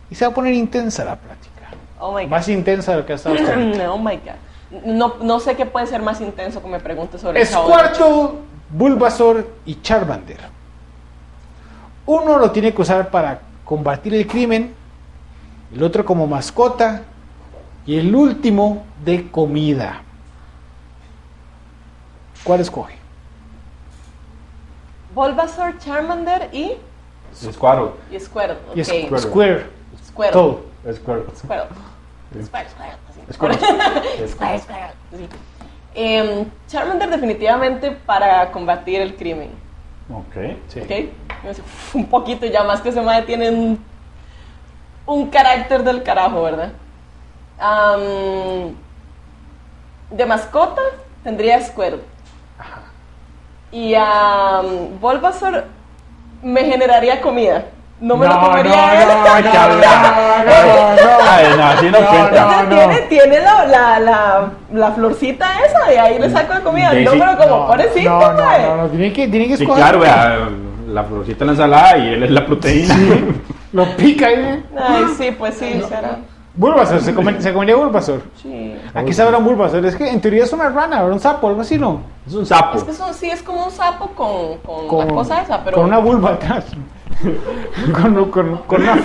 S2: Y se va a poner intensa la plática.
S1: Oh my god.
S2: Más intensa de lo que ha estado hasta ahora.
S1: (clears throat) Oh my god. No, no sé qué puede ser más intenso que me pregunte sobre el Chavo del Ocho.
S2: Squirtle, Bulbasaur y Charmander. Uno lo tiene que usar para combatir el crimen, el otro como mascota y el último de comida. ¿Cuál escoge?
S1: Bulbasaur, Charmander y.
S4: Squirtle.
S1: Y Squirtle.
S2: Y es
S1: ok.
S2: Square.
S1: Squirtle.
S2: Todo.
S1: Squirtle.
S4: Squirtle.
S1: Squirtle,
S4: Squirtle.
S1: Squirtle. Squirtle, Squirtle, sí. Em, Charmander definitivamente para combatir el crimen.
S4: Ok.
S2: Sí.
S1: ¿ok? Me hace Un poquito ya más que ese madre tiene un, un carácter del carajo, ¿verdad? Am, de mascota tendría a Squirtle. Y a Bulbasaur me generaría comida. No me lo comería él.
S2: no,
S1: (laughs)
S2: no, no, no.
S4: Ay, no, así no, cuenta.
S1: Entonces tiene, tiene la, la, la, la florcita esa de ahí le saco la comida. No,
S4: Daisy.
S1: pero como
S2: No,
S1: pobrecito,
S2: no, no,
S1: mae.
S2: no, no, tiene que, tiene que
S4: Sí,
S2: escoger.
S4: claro, vea, la florcita en la ensalada y él es la proteína.
S2: Lo pica, ¿eh?
S1: Ay, sí, pues sí, será.
S2: Bulbasaur, se, come- se comería Bulbasaur.
S1: Sí.
S2: Aquí sabrá un Bulbasaur. Es que en teoría es una rana, ¿verdad? un sapo, algo así, ¿no?
S8: Es un sapo.
S1: Es que eso sí es como un sapo con, con, la cosa esa, pero.
S2: con una vulva atrás. (laughs) con, con, con una.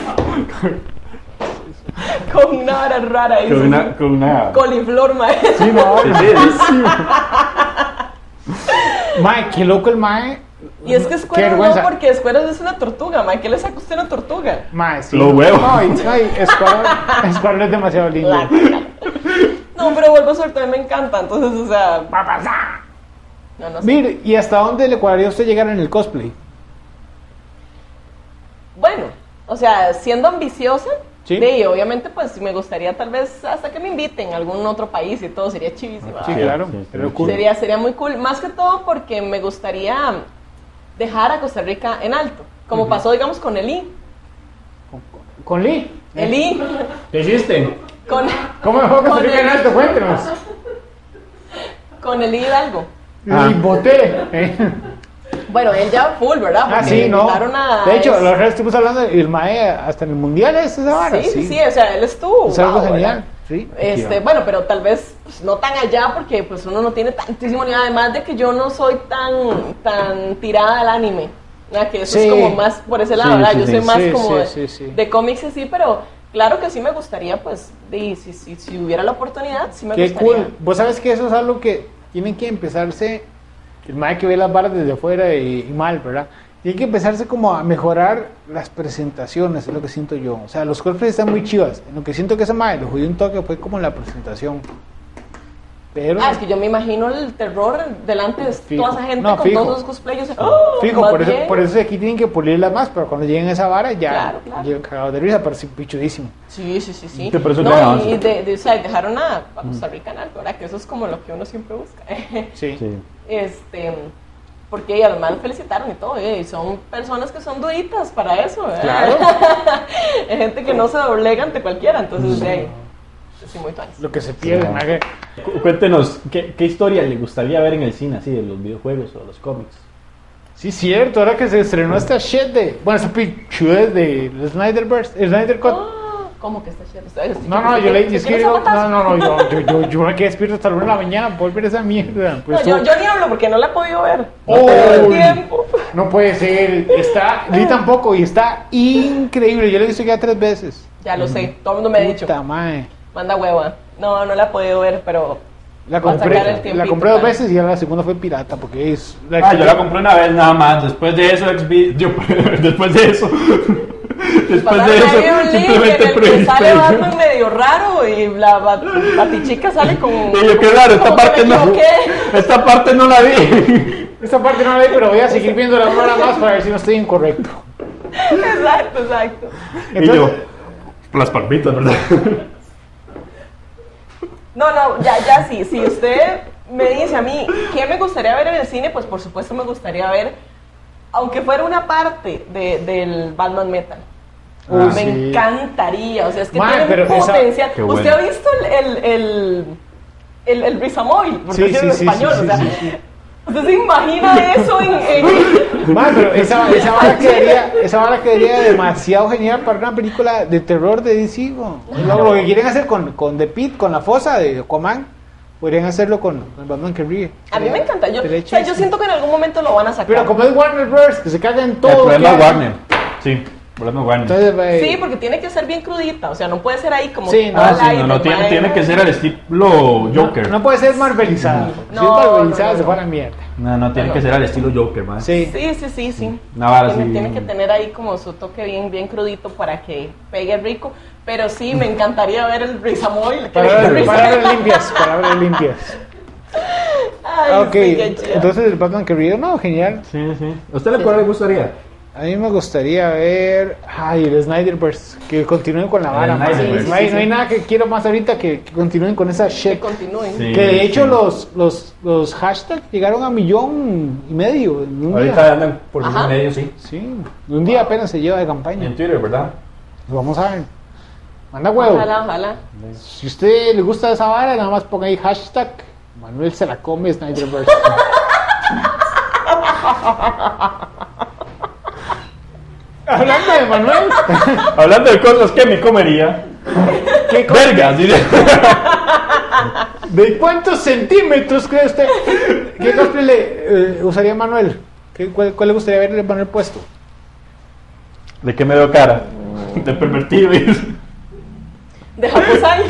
S1: (laughs) con una vara rara ahí.
S8: Con una. Con una...
S1: Coliflor, maestro.
S2: Sí, no,
S8: Sí, sí,
S2: Mae, qué loco el Mae.
S1: (laughs) Y es que
S2: Qué
S1: Squirrel no,
S2: vergüenza.
S1: porque Squirrel es una tortuga, ma. ¿Qué le saca usted a una tortuga?
S2: Mae, sí.
S8: Los huevos.
S2: No, y- no, y Squirrel- Squirrel es demasiado lindo.
S1: La- No, pero Bulbasaur también me encanta, entonces, o sea. No, no sé.
S2: Mire, ¿y hasta dónde le cuadraría a usted llegar en el cosplay?
S1: Bueno, o sea, siendo ambiciosa,
S2: Sí.
S1: de ahí, obviamente, pues me gustaría tal vez hasta que me inviten a algún otro país y todo, sería chivísimo.
S2: Sí,
S1: ¿verdad?
S2: claro.
S8: Ah, sí, sí,
S2: pero
S8: sí.
S2: cool.
S1: Sería, sería muy cool, más que todo porque me gustaría dejar a Costa Rica en alto, como pasó, digamos, con Eli.
S2: ¿Con Lee?
S1: Eli,
S5: ¿Qué hiciste?
S1: con,
S2: ¿Cómo me fue a Costa
S1: Con
S2: Rica en
S1: Lee.
S2: alto? Cuéntenos.
S1: con Eli Hidalgo.
S8: Ah.
S2: Y boté. ¿eh?
S1: Bueno, él ya full, ¿verdad?
S2: Ah,
S1: Porque
S2: sí, no.
S1: invitaron a-
S2: De hecho, los restos estuvimos hablando del Mae hasta en el mundial es esa vara.
S1: Sí, sí, sí, o sea, él estuvo.
S2: Es algo
S1: wow,
S2: genial.
S1: ¿verdad?
S2: Sí.
S1: Este, bueno, pero tal vez pues, no tan allá porque pues uno no tiene tantísimo ni además de que yo no soy tan tan tirada al anime. ¿verdad? Que eso
S2: Sí.
S1: es como más por ese lado,
S8: Sí,
S1: ¿verdad?
S8: sí,
S1: yo
S8: sí,
S1: soy más
S2: sí,
S1: como
S2: sí,
S1: de,
S2: sí, sí.
S1: de cómics y así, pero claro que sí me gustaría pues de- si, si, si hubiera la oportunidad, sí me
S2: Qué
S1: gustaría.
S2: cool. Vos sabes que eso es algo que tienen que empezarse. El mae que ve las barras desde afuera y, y mal, ¿verdad? Tienen que empezarse como a mejorar las presentaciones, es lo que siento yo. O sea, los cosplays están muy chivas. En lo que siento que esa madre lo jodió un toque fue como la presentación. Pero.
S1: Ah, es que yo me imagino el terror delante de
S2: Fijo.
S1: toda esa gente
S2: No,
S1: con
S2: fijo. Ah.
S1: todos los cosplayos. ¡Oh!
S2: Fijo,
S1: Más
S2: por eso,
S1: bien.
S2: por eso aquí tienen que pulirla más, pero cuando lleguen a esa vara ya
S1: Claro, claro.
S2: llegan cagados de risa, pero sí, pichudísimo.
S1: Sí, sí, sí, sí.
S8: Sí, pero eso es
S1: no,
S8: ganancia.
S1: y de, de- o sea, dejaron a,
S2: Mm.
S1: a Costa Rica en alto, ¿verdad? Que eso es como lo que uno siempre busca. (laughs)
S2: Sí.
S8: sí.
S1: este porque y además lo felicitaron y todo eh, y son personas que son duritas para eso ¿eh? (laughs) hay gente que no se doblega ante cualquiera entonces eh, sí, muy tuanis.
S2: Lo que se pierde,
S8: Sí.
S2: maje.
S8: Cu- Cuéntenos, ¿qué, ¿qué historia le gustaría ver en el cine, así, de los videojuegos o los cómics?
S2: Sí, cierto, ahora que se estrenó esta shit de. Bueno, esta pichudez de Snyderverse, el Snyder Cut.
S1: Ah, ¿Cómo que está chido? Ustedes-
S2: No, no, yo
S1: ¿se
S2: le
S1: quieren-
S2: es
S1: se
S2: que
S1: quieren
S2: digo,
S1: zapatazo?
S2: no, no, no, yo, yo, yo, yo me quedé despierto hasta la una de la mañana por ver esa mierda.
S1: No,
S2: Pues
S1: yo,
S2: tú-
S1: yo ni hablo porque no la he podido ver
S2: ¡Oh!
S1: todo el tiempo
S2: No puede ser, está, ni tampoco, y está increíble. Yo la he visto ya tres veces.
S1: ya
S5: Mm.
S1: lo sé todo el mundo me ha dicho
S2: Puta madre.
S1: manda hueva no no la he podido ver pero
S2: La
S1: Va a sacar el
S2: compré,
S1: tiempito,
S2: la compré dos
S1: claro.
S2: veces y ya la segunda fue pirata porque es
S5: Ah, yo la compré una vez nada más. Después de eso, Xvi- yo- después de eso, después de
S1: Pasaron ahí
S5: eso,
S1: un
S5: simplemente
S1: link en el que sale
S5: prohibiste.
S1: Batman medio raro y la bat- batichica sale con
S5: (laughs) Y yo, qué raro, esta
S1: como que
S5: parte
S1: me
S5: no.
S1: equivoqué.
S5: Esta parte no la vi.
S2: Esta parte no la vi, pero voy a seguir viendo la hora más para ver si no estoy incorrecto.
S1: (laughs) Exacto, exacto.
S5: y yo,
S2: Entonces,
S5: las palmitas,
S2: (laughs)
S5: ¿verdad?
S1: No, no, ya, ya sí. Si usted me dice a mí qué me gustaría ver en el cine, pues por supuesto me gustaría ver, aunque fuera una parte de- del Batman Metal.
S2: Ah,
S1: me
S2: sí.
S1: encantaría, o sea, es que
S2: Ma,
S1: tiene
S2: pero
S1: un
S2: esa-
S1: potencial.
S5: Qué bueno.
S1: ¿Usted ha visto el, el, el, el, el Rizamóvil? Por
S2: Sí,
S1: decirlo
S2: sí, sí,
S1: en español,
S2: sí,
S1: o sea,
S2: sí, sí.
S1: ¿usted se imagina eso en, en-
S2: man, pero esa, esa vara quedaría, esa vara quedaría demasiado genial para una película de terror de DC. bo. Es Lo, lo que quieren hacer con, con The Pit, con la fosa de Aquaman, podrían hacerlo con, con Batman que ríe.
S1: A mí me encanta. Yo,
S2: Sería
S1: o sea, yo
S2: chis-
S1: siento que en algún momento lo van a sacar.
S2: Pero como es Warner Bros., que se cagan
S5: El
S2: todo.
S5: problema
S2: ¿qué
S5: es
S2: hacen?
S5: Warner. Sí, el problema es Warner.
S2: Entonces, eh,
S1: Sí, porque tiene que ser bien crudita, o sea, no puede ser ahí como
S2: Sí, no,
S1: al
S2: Ah,
S5: Sí,
S1: aire,
S5: no, no, tiene,
S1: mae.
S5: tiene que ser el estilo Joker.
S2: no puede ser marvelizada. si es
S1: No,
S2: marvelizada,
S1: no, no,
S2: se fue a
S1: no.
S2: la mierda.
S5: No, no, tiene que ser al estilo Joker, man.
S2: Sí.
S1: Sí, sí, sí, sí.
S5: Una vara
S1: tiene,
S5: así,
S1: tiene que
S5: bien-
S1: tener ahí como su toque bien, bien crudito para que pegue rico. Pero sí, me encantaría ver el Rizamoil. (laughs)
S2: Palabras, palabras limpias, palabras limpias.
S1: Ay,
S2: Ah, ok,
S1: sí, qué chido.
S2: entonces el Batman que ríe, no, genial.
S5: Sí, sí. ¿A usted le cuál le gustaría?
S2: A mí me gustaría ver. Ay, el Snyderverse. Que continúen con la vara. mae.
S5: Snyderverse.
S2: No hay, no hay nada que quiero más ahorita que, que continúen con esa
S1: que
S2: shit.
S1: continúen.
S5: Sí.
S2: Que de hecho
S5: sí.
S2: los, los, los hashtags llegaron a millón y medio en un
S5: Ahorita
S2: día.
S5: andan por
S1: Ajá.
S5: los medios, sí.
S2: Sí, en un día apenas se lleva de
S5: Y en
S2: campaña. Pues
S5: Twitter, (laughs) ¿verdad?
S2: Vamos a ver. Manda huevo.
S1: Ojalá, ojalá.
S2: Si usted le gusta esa vara, nada más ponga ahí hashtag Manuel se la come
S5: (laughs)
S2: Snyderverse. Hablando de Manuel.
S5: Hablando de cosas que me comería.
S2: ¿Qué co-
S8: Vergas, dice.
S5: (laughs)
S2: ¿De cuántos centímetros cree usted? ¿Qué cosplay le eh, usaría Manuel? ¿Qué- cuál, cuál le gustaría verle a Manuel puesto?
S8: ¿De qué me veo cara? De pervertido. dice.
S5: (laughs)
S1: De Japusai.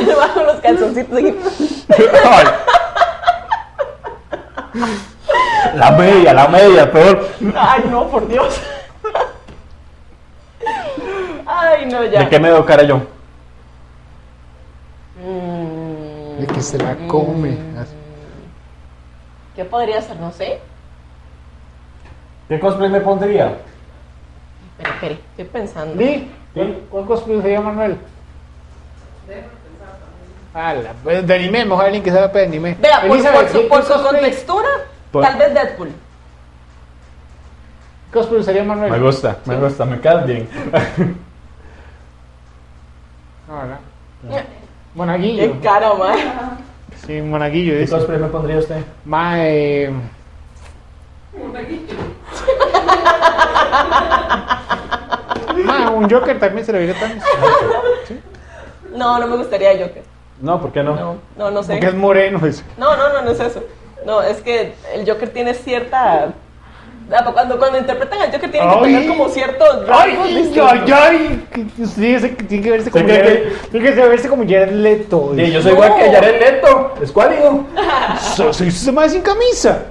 S1: Le bajo los calzoncitos aquí.
S8: Ay. La media, la media, peor.
S1: Ay, no, por Dios. Ay, no, ya.
S8: ¿De qué me veo cara yo?
S1: Mm,
S2: De que se la come.
S1: ¿Qué podría ser? No sé.
S4: ¿Qué cosplay me pondría?
S1: Espera, espera, estoy pensando.
S2: ¿Di? ¿Cuál, cuál cosplay usaría Manuel? Ah, la- pues, de anime, mejor alguien que sabe de anime.
S1: Vea, por,
S2: Elizabeth,
S1: por su,
S2: ¿qué-
S1: por
S2: qué
S1: su
S2: cosplay-
S1: contextura,
S8: Por-
S1: tal vez Deadpool.
S2: qué cosplay usaría Manuel?
S8: Me gusta, me gusta, me quedas bien.
S2: No, ¿verdad? Monaguillo.
S1: Qué cara, mae.
S2: Sí, monaguillo.
S4: ¿Qué
S2: dice.
S4: cosplay me pondría usted?
S2: Ma, eh, ma, un Joker también se le vería tan.
S1: No, no me gustaría Joker.
S4: No, ¿por qué no?
S1: No, no, no sé.
S2: Porque es moreno. dice.
S1: No, no, no, no es eso. No, es que el Joker tiene cierta. Ah, Cuando, cuando interpretan al Joker tienen que
S2: Ay.
S1: tener como ciertos rasgos
S2: Ay,
S1: distintos.
S2: ay, ay. que- Sí, ese que tiene que verse como
S4: que-
S2: Jared, tiene que verse como Jared Leto.
S4: Sí,
S2: dice.
S4: yo soy igual que Jared Leto,
S1: (laughs)
S4: escuálido.
S2: So- Soy ese más sin camisa.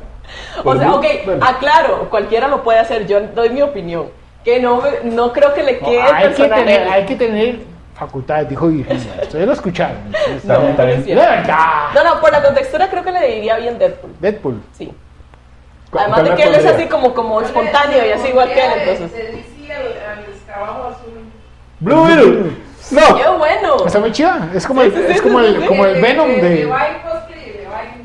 S2: Pues
S1: O sea, ok,
S4: Bueno.
S1: aclaro, cualquiera lo puede hacer, yo doy mi opinión. Que no, me- no creo que le quede el
S2: hay, que
S1: personaje.
S2: tener, hay que tener facultades, dijo Virginia. Ustedes lo escucharon.
S1: No,
S4: También,
S1: no, es
S4: también.
S2: De
S1: cierto.
S2: verdad.
S1: no, no, por la contextura creo que le iría bien Deadpool,
S2: Deadpool.
S1: sí.
S4: ¿Cu-
S1: Además
S4: cuál
S1: de
S4: me
S1: que él es
S4: pondría?
S1: así como, como espontáneo y así igual que él, entonces.
S10: Se dice al, al escarabajo azul.
S8: Blue Beetle. No.
S1: ¡Qué bueno!
S2: Está muy chida. Es como el,
S1: Sí, sí, sí,
S2: es como
S1: sí,
S2: el,
S1: sí.
S2: como el Venom
S10: Le- le- Le
S2: de.
S10: va en cosplay y le va en.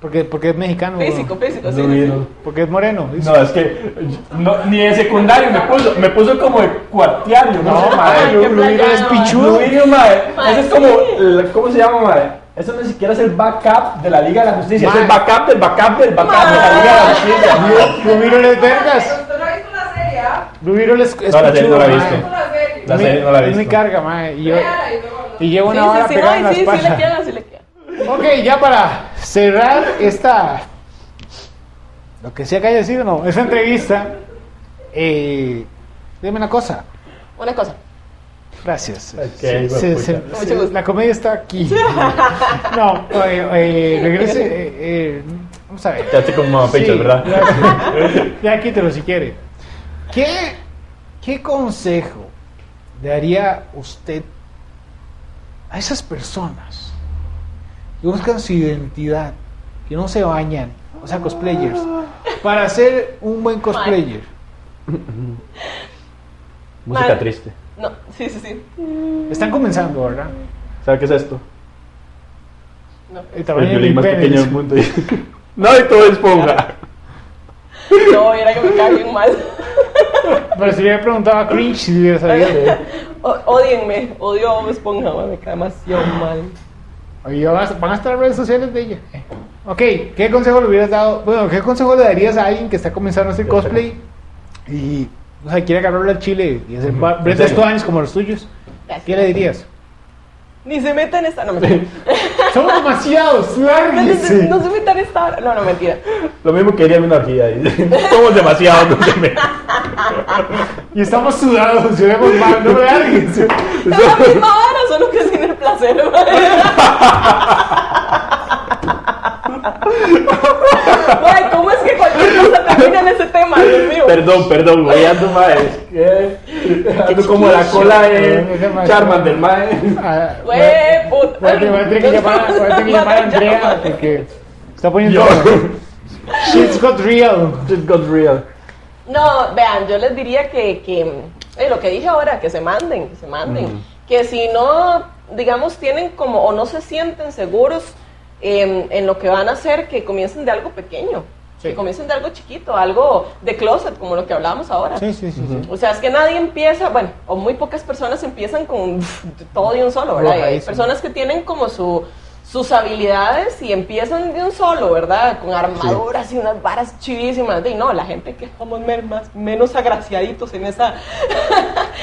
S2: Porque, porque es mexicano. bro.
S1: Físico, físico, sí.
S4: Blue
S1: sí, sí.
S4: Beetle.
S2: Porque es moreno. dice.
S4: No, es que no, ni de secundario me puso, me puso como de cuartiario.
S2: No,
S4: sé,
S2: madre,
S1: Ay, qué
S2: Blue Beetle
S1: plagado,
S2: es
S1: madre.
S2: pichudo.
S4: Fluidio, mae.
S1: Mae,
S4: Ese es
S1: sí.
S4: como, el- ¿cómo se llama, mae? Eso ni siquiera es el backup de la Liga de la Justicia.
S2: Mae.
S4: Es el backup del backup del backup de la Liga de la Justicia.
S2: Blue Beetle es vergas.
S10: Usted no ha visto la serie, ¿ah?
S2: Blue Beetle es, es
S4: No, la serie
S2: pichudo,
S4: no la he
S2: mae.
S4: visto.
S10: No la serie.
S4: La
S2: Es
S4: serie
S2: mi-
S4: no la he
S2: Es mi
S4: visto.
S2: carga, mae. Y, yo,
S10: Véala y luego-
S2: y llevo
S1: Sí,
S2: una hora
S1: sí, sí,
S2: pegada en
S1: no,
S2: la
S1: y sí, sí le
S2: espalda.
S1: queda, sí le queda.
S2: Ok, ya para cerrar esta. Lo que sea que haya sido, no. Esa entrevista. Eh, dime una cosa.
S1: Una cosa.
S2: Gracias.
S4: Ok,
S2: Se-
S4: hijo de
S2: se-
S4: puta.
S2: se-
S1: Mucho
S2: se-
S1: gusto.
S2: la comedia
S1: (laughs)
S2: está aquí. No, eh, eh, regrese. eh, eh, vamos a ver.
S4: Te hace como mamapichas,
S2: Sí,
S4: ¿verdad?
S2: gracias. (laughs) Ya quítelo si quiere. ¿Qué, ¿Qué consejo le daría usted a esas personas que buscan su identidad, que no se bañan, o sea, cosplayers, para ser un buen cosplayer?
S4: Música
S1: Mae.
S4: triste.
S1: No, sí, sí, sí.
S2: Están comenzando, ¿verdad?
S4: ¿Sabes qué es esto?
S1: No,
S2: El
S4: El
S2: tamaño de
S4: violín
S2: mi
S4: más
S2: pene,
S4: pequeño
S2: dice.
S4: del mundo. (laughs) No, y todo es ponga.
S1: no, era que me cae bien mal.
S2: Pero si le hubiera preguntado a Cringe, si hubiera sabido.
S1: Odienme, odio a Bob Esponja, mae, me cae demasiado mal.
S2: Oye, van a- van a estar las redes sociales de ella. Ok, ¿qué consejo le hubieras dado? Bueno, ¿qué consejo le darías a alguien que está comenzando a hacer cosplay y o sea, quiere agarrarle al chile y hacer ba- bretes tuanes como los tuyos? ¿Qué le dirías?
S1: Ni se metan en esta. No, mentira.
S2: Son demasiados,
S1: No, no,
S2: lárguense.
S1: no se metan en esta. No, no, mentira.
S4: Lo mismo que haría en una orgía. (laughs) dice. Somos demasiado. no se (laughs) me-
S2: Y estamos sudados, lloremos mal, no lárguense.
S1: Es la misma hora, solo que sin el placer. Güey, ¿cómo es que cualquier cosa termina en ese tema? Dios mío.
S4: Perdón, perdón, güey, ando mae. Eh, Ando como la cola de Charman del (laughs) mae.
S2: Ah,
S1: Güey, puta.
S2: Voy a voy a tener que llamar, a- voy a tener que llamar a Andrea porque está poniendo. Shit's got real.
S4: It got real.
S1: No, vean, yo les diría que, que eh, lo que dije ahora, que se manden, que se manden.
S2: Mm.
S1: Que si no, digamos, tienen como, o no se sienten seguros em, en lo que van a hacer, que comiencen de algo pequeño.
S2: Sí.
S1: Que comiencen de algo chiquito, algo de closet, como lo que hablábamos ahora.
S2: Sí, sí, sí. sí.
S1: O sea, es que nadie empieza, bueno, o muy pocas personas empiezan con todo de un solo, ¿verdad? Y hay
S2: Arrojadísimo.
S1: personas que tienen como su, sus habilidades y empiezan de un solo, ¿verdad? Con armaduras y unas varas chivísimas. Y no, la gente que somos mer- más, menos agraciaditos en, esa,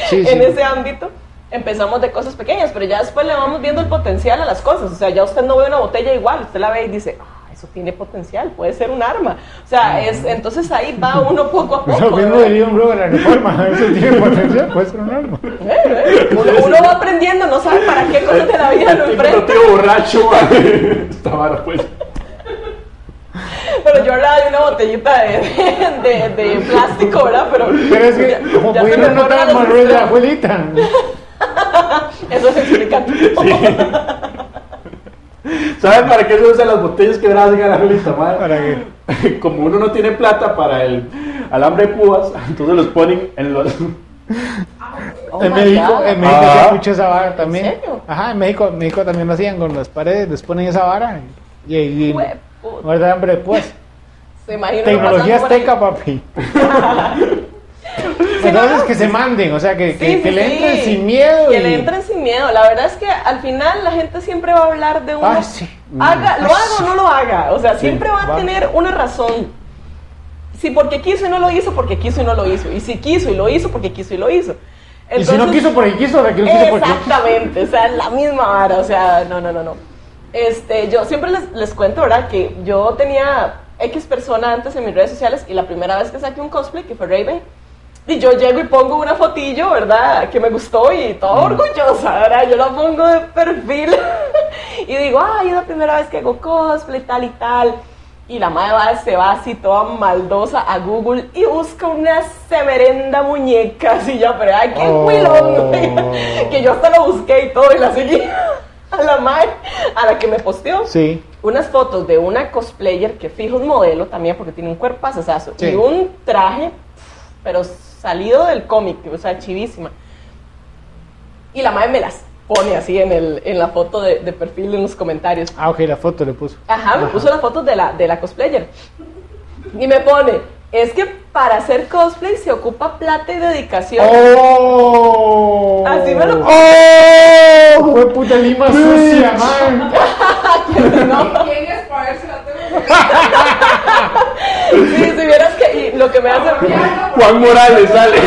S2: Sí,
S1: (laughs)
S2: sí.
S1: en ese ámbito, empezamos de cosas pequeñas, pero ya después le vamos viendo el potencial a las cosas. O sea, ya usted no ve una botella igual, usted la ve y dice, ah, eso tiene potencial, puede ser un arma. O sea, es, entonces ahí va uno poco a poco.
S2: (laughs) Lo mismo
S1: ¿verdad?
S2: diría un grupo de la reforma. Eso tiene pues, potencial, puede ser un arma.
S1: Uno, uno va aprendiendo, no sabe para qué cosas de la vida lo
S4: Pero
S1: enfrenta.
S4: tío borracho, (laughs) madre. Esta vara, pues.
S1: Pero yo hablaba de una botellita de, de, de plástico, ¿verdad? Pero,
S2: Pero es que,
S1: ya-
S2: como
S1: ya se
S2: pudieron
S1: me
S2: notar,
S1: borraron
S2: Manuel de
S1: los-
S2: la abuelita.
S1: Eso se explica todo.
S4: (laughs) ¿Saben para qué se usan las botellas quebradas de Garabelita,
S2: ¿Para qué?
S4: (laughs) Como uno no tiene plata para el alambre de púas, (laughs) entonces los ponen en los.
S1: Oh
S2: en
S1: my
S2: México,
S1: God.
S2: en México
S4: Ah.
S2: se escucha esa vara también.
S1: serio?
S2: Ajá, en México, en México también lo hacían con las paredes, les ponen esa vara y, y, y
S1: Hueputa.
S2: muerte de hambre
S1: (laughs)
S2: después.
S1: Se imagina uno
S2: Pues, Tecnología
S1: pasando por ahí.
S2: azteca, papi.
S1: no,
S2: Entonces
S1: no.
S2: que se manden, o sea, que, que,
S1: Sí, sí,
S2: que le
S1: sí.
S2: entren sin miedo.
S1: Que
S2: y-
S1: le entren sin miedo. La verdad es que al final la gente siempre va a hablar de uno.
S2: Ay, sí. Mm.
S1: Haga, lo
S2: Ay,
S1: haga o no lo haga. O sea, siempre va a
S2: va.
S1: tener una razón. Si porque quiso y no lo hizo, porque quiso y no lo hizo. Y si quiso y lo hizo, porque quiso y lo hizo.
S2: y si no
S1: Entonces-
S2: quiso porque quiso, o sea, que no quiso porque
S1: Exactamente, o sea, la misma vara, o sea, no, no, no, no. Este, yo siempre les, les cuento, ¿verdad? Que yo tenía X persona antes en mis redes sociales y la primera vez que saqué un cosplay, que fue Raven, y yo llego y pongo una fotillo, ¿verdad? Que me gustó y
S2: Mm.
S1: toda orgullosa, ¿verdad? Yo la pongo de perfil (laughs) y digo, ay, es la primera vez que hago cosplay, tal y tal. Y la madre va, se va así toda maldosa a Google y busca una semerenda muñeca así ya, pero ay, qué
S2: Oh.
S1: huilón, güey. que yo hasta lo busqué y todo y la seguí a la madre, a la que me posteó
S2: Sí.
S1: unas fotos de una cosplayer que fijo es modelo también porque tiene un cuerpazazazo
S2: Sí.
S1: y un traje, pero salido del cómic, o sea, chivísima. Y la madre me las pone así en, el, en la foto de, de perfil en los comentarios.
S2: Ah, ok, la foto le puso.
S1: Ajá, me puso las fotos de la, de la cosplayer. Y me pone, es que para hacer cosplay se ocupa plata y dedicación.
S2: ¡Oh!
S1: Así me lo-
S2: ¡Oh! ¡Fue puta lima sucia, man!
S1: (laughs)
S2: Oh.
S10: ¿Quién es para ver si la tengo?
S1: Sí, si vieras que y lo que me
S10: é
S1: hace...
S4: Juan Morales sale.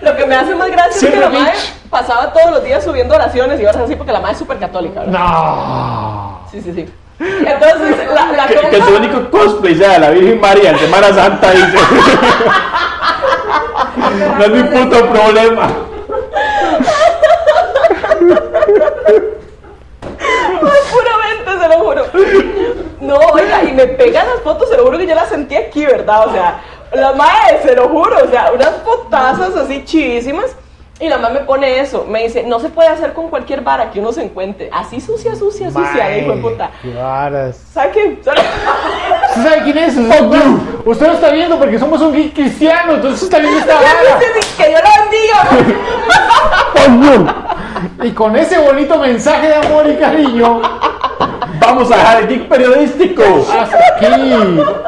S1: Lo que me hace más gracia es que la
S2: Siempre
S1: madre
S2: bitch.
S1: pasaba todos los días subiendo oraciones y cosas así porque la madre es súper católica, ¿verdad?
S2: ¡No!
S1: Sí, sí, sí. Entonces, la, la
S4: Que, que su
S1: compa-
S4: único cosplay sea de la Virgen María en Semana Santa, dice. No es mi puto problema.
S1: Puramente, se lo juro. No, oiga, y me pegan las fotos, se lo juro que yo las sentí aquí, ¿verdad? O sea, la madre, se lo juro, o sea, unas fotazas así chidísimas. Y la madre me pone eso, me dice, no se puede hacer con cualquier vara que uno se encuentre. Así sucia, sucia, sucia,
S2: Mae,
S1: dijo de puta.
S2: ¡Qué varas!
S1: Saquen.
S2: ¿Usted sabe quién es? Usted, usted lo está viendo porque somos un geek cristiano, entonces está viendo esta vara.
S1: Que Dios la bendiga.
S2: Y con ese bonito mensaje de amor y cariño,
S4: Vamos a dejar el geek periodístico.
S2: hasta aquí.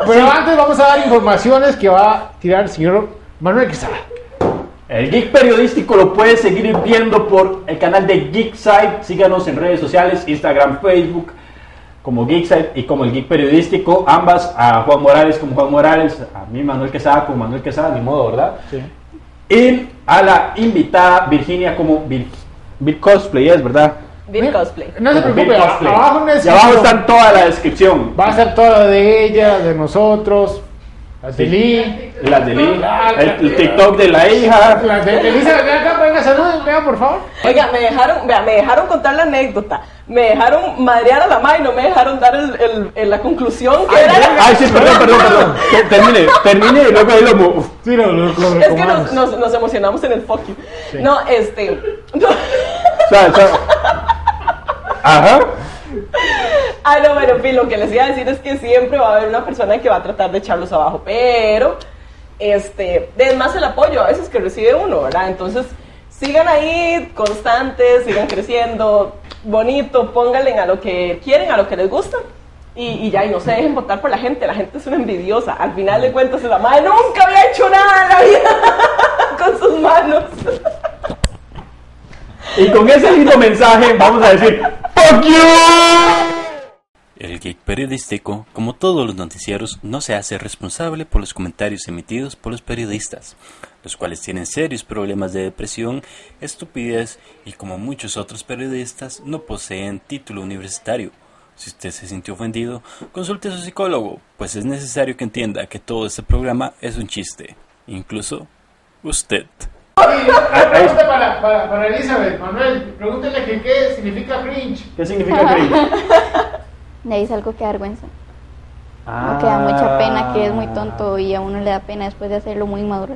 S2: Pero antes vamos a dar informaciones que va a tirar el señor Manuel Quesada.
S4: El Geek Periodístico lo puedes seguir viendo por el canal de Geekside. Síganos en redes sociales, Instagram, Facebook, como Geekside y como el Geek Periodístico. Ambas, a Juan Morales como Juan Morales, a mí Manuel Quesada como Manuel Quesada, ni modo, ¿verdad?
S2: Sí.
S4: Y a la invitada Virginia como Vir, Vir Cosplay, es verdad.
S1: Bien cosplay.
S2: No se
S4: Como Vir
S2: preocupe, a-
S4: Cosplay.
S2: abajo en el
S4: y abajo está toda la descripción.
S2: Va a ser todo lo de ella, de nosotros, las de
S4: Sí.
S2: Lee,
S4: Las de Lee,
S2: Ah,
S4: el, el TikTok de la hija.
S2: las de Elizabeth. Venga acá, venga, saluden, venga, por favor.
S1: Oiga, me dejaron, vea, me dejaron contar la anécdota, me dejaron madrear a la madre y no me dejaron dar el- el- el- la conclusión que era.
S4: Ay, sí, perdón, perdón, perdón. Te- Termine, termine y luego ahí lo mo-
S2: Sí, lo, lo, lo
S1: es que
S2: recomendamos.
S1: nos, nos- nos emocionamos en el fucking. No, este. (laughs) no.
S4: O sea, o sea- Ajá.
S1: Ah, no, bueno, en fin, lo que les iba a decir es que siempre va a haber una persona que va a tratar de echarlos abajo, pero este, es más el apoyo a veces que recibe uno, ¿verdad? Entonces, sigan ahí constantes, sigan creciendo, bonito, pónganle a lo que quieren, a lo que les gusta. Y, y ya, y no se dejen votar por la gente, la gente es una envidiosa. Al final de cuentas, la madre nunca había hecho nada en la vida (laughs) con sus manos. (laughs)
S4: Y con ese lindo mensaje vamos a decir ¡Por
S5: ¡Fuck you!
S11: El Geek Periodístico, como todos los noticieros, no se hace responsable por los comentarios emitidos por los periodistas, los cuales tienen serios problemas de depresión, estupidez y como muchos otros periodistas no poseen título universitario. Si usted se sintió ofendido, consulte a su psicólogo, pues es necesario que entienda que todo este programa es un chiste, incluso usted.
S2: ah, Pregunta para, para, para Elizabeth, Manuel, pregúntale que qué significa cringe.
S5: ¿Qué significa
S9: (laughs)
S5: cringe?
S9: Le dice algo que da vergüenza. O que da mucha pena, que es muy tonto y a uno le da pena después de hacerlo muy inmaduro.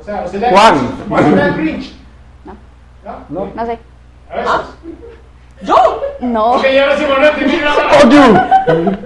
S2: O sea, usted le da
S5: Juan.
S2: cringe. Manuel le da cringe.
S9: No.
S2: ¿No?
S9: No sé.
S2: A veces.
S1: ¿Yo?
S9: No.
S2: Ok, y ahora sí, Manuel, te miro la
S5: ¡Fuck you!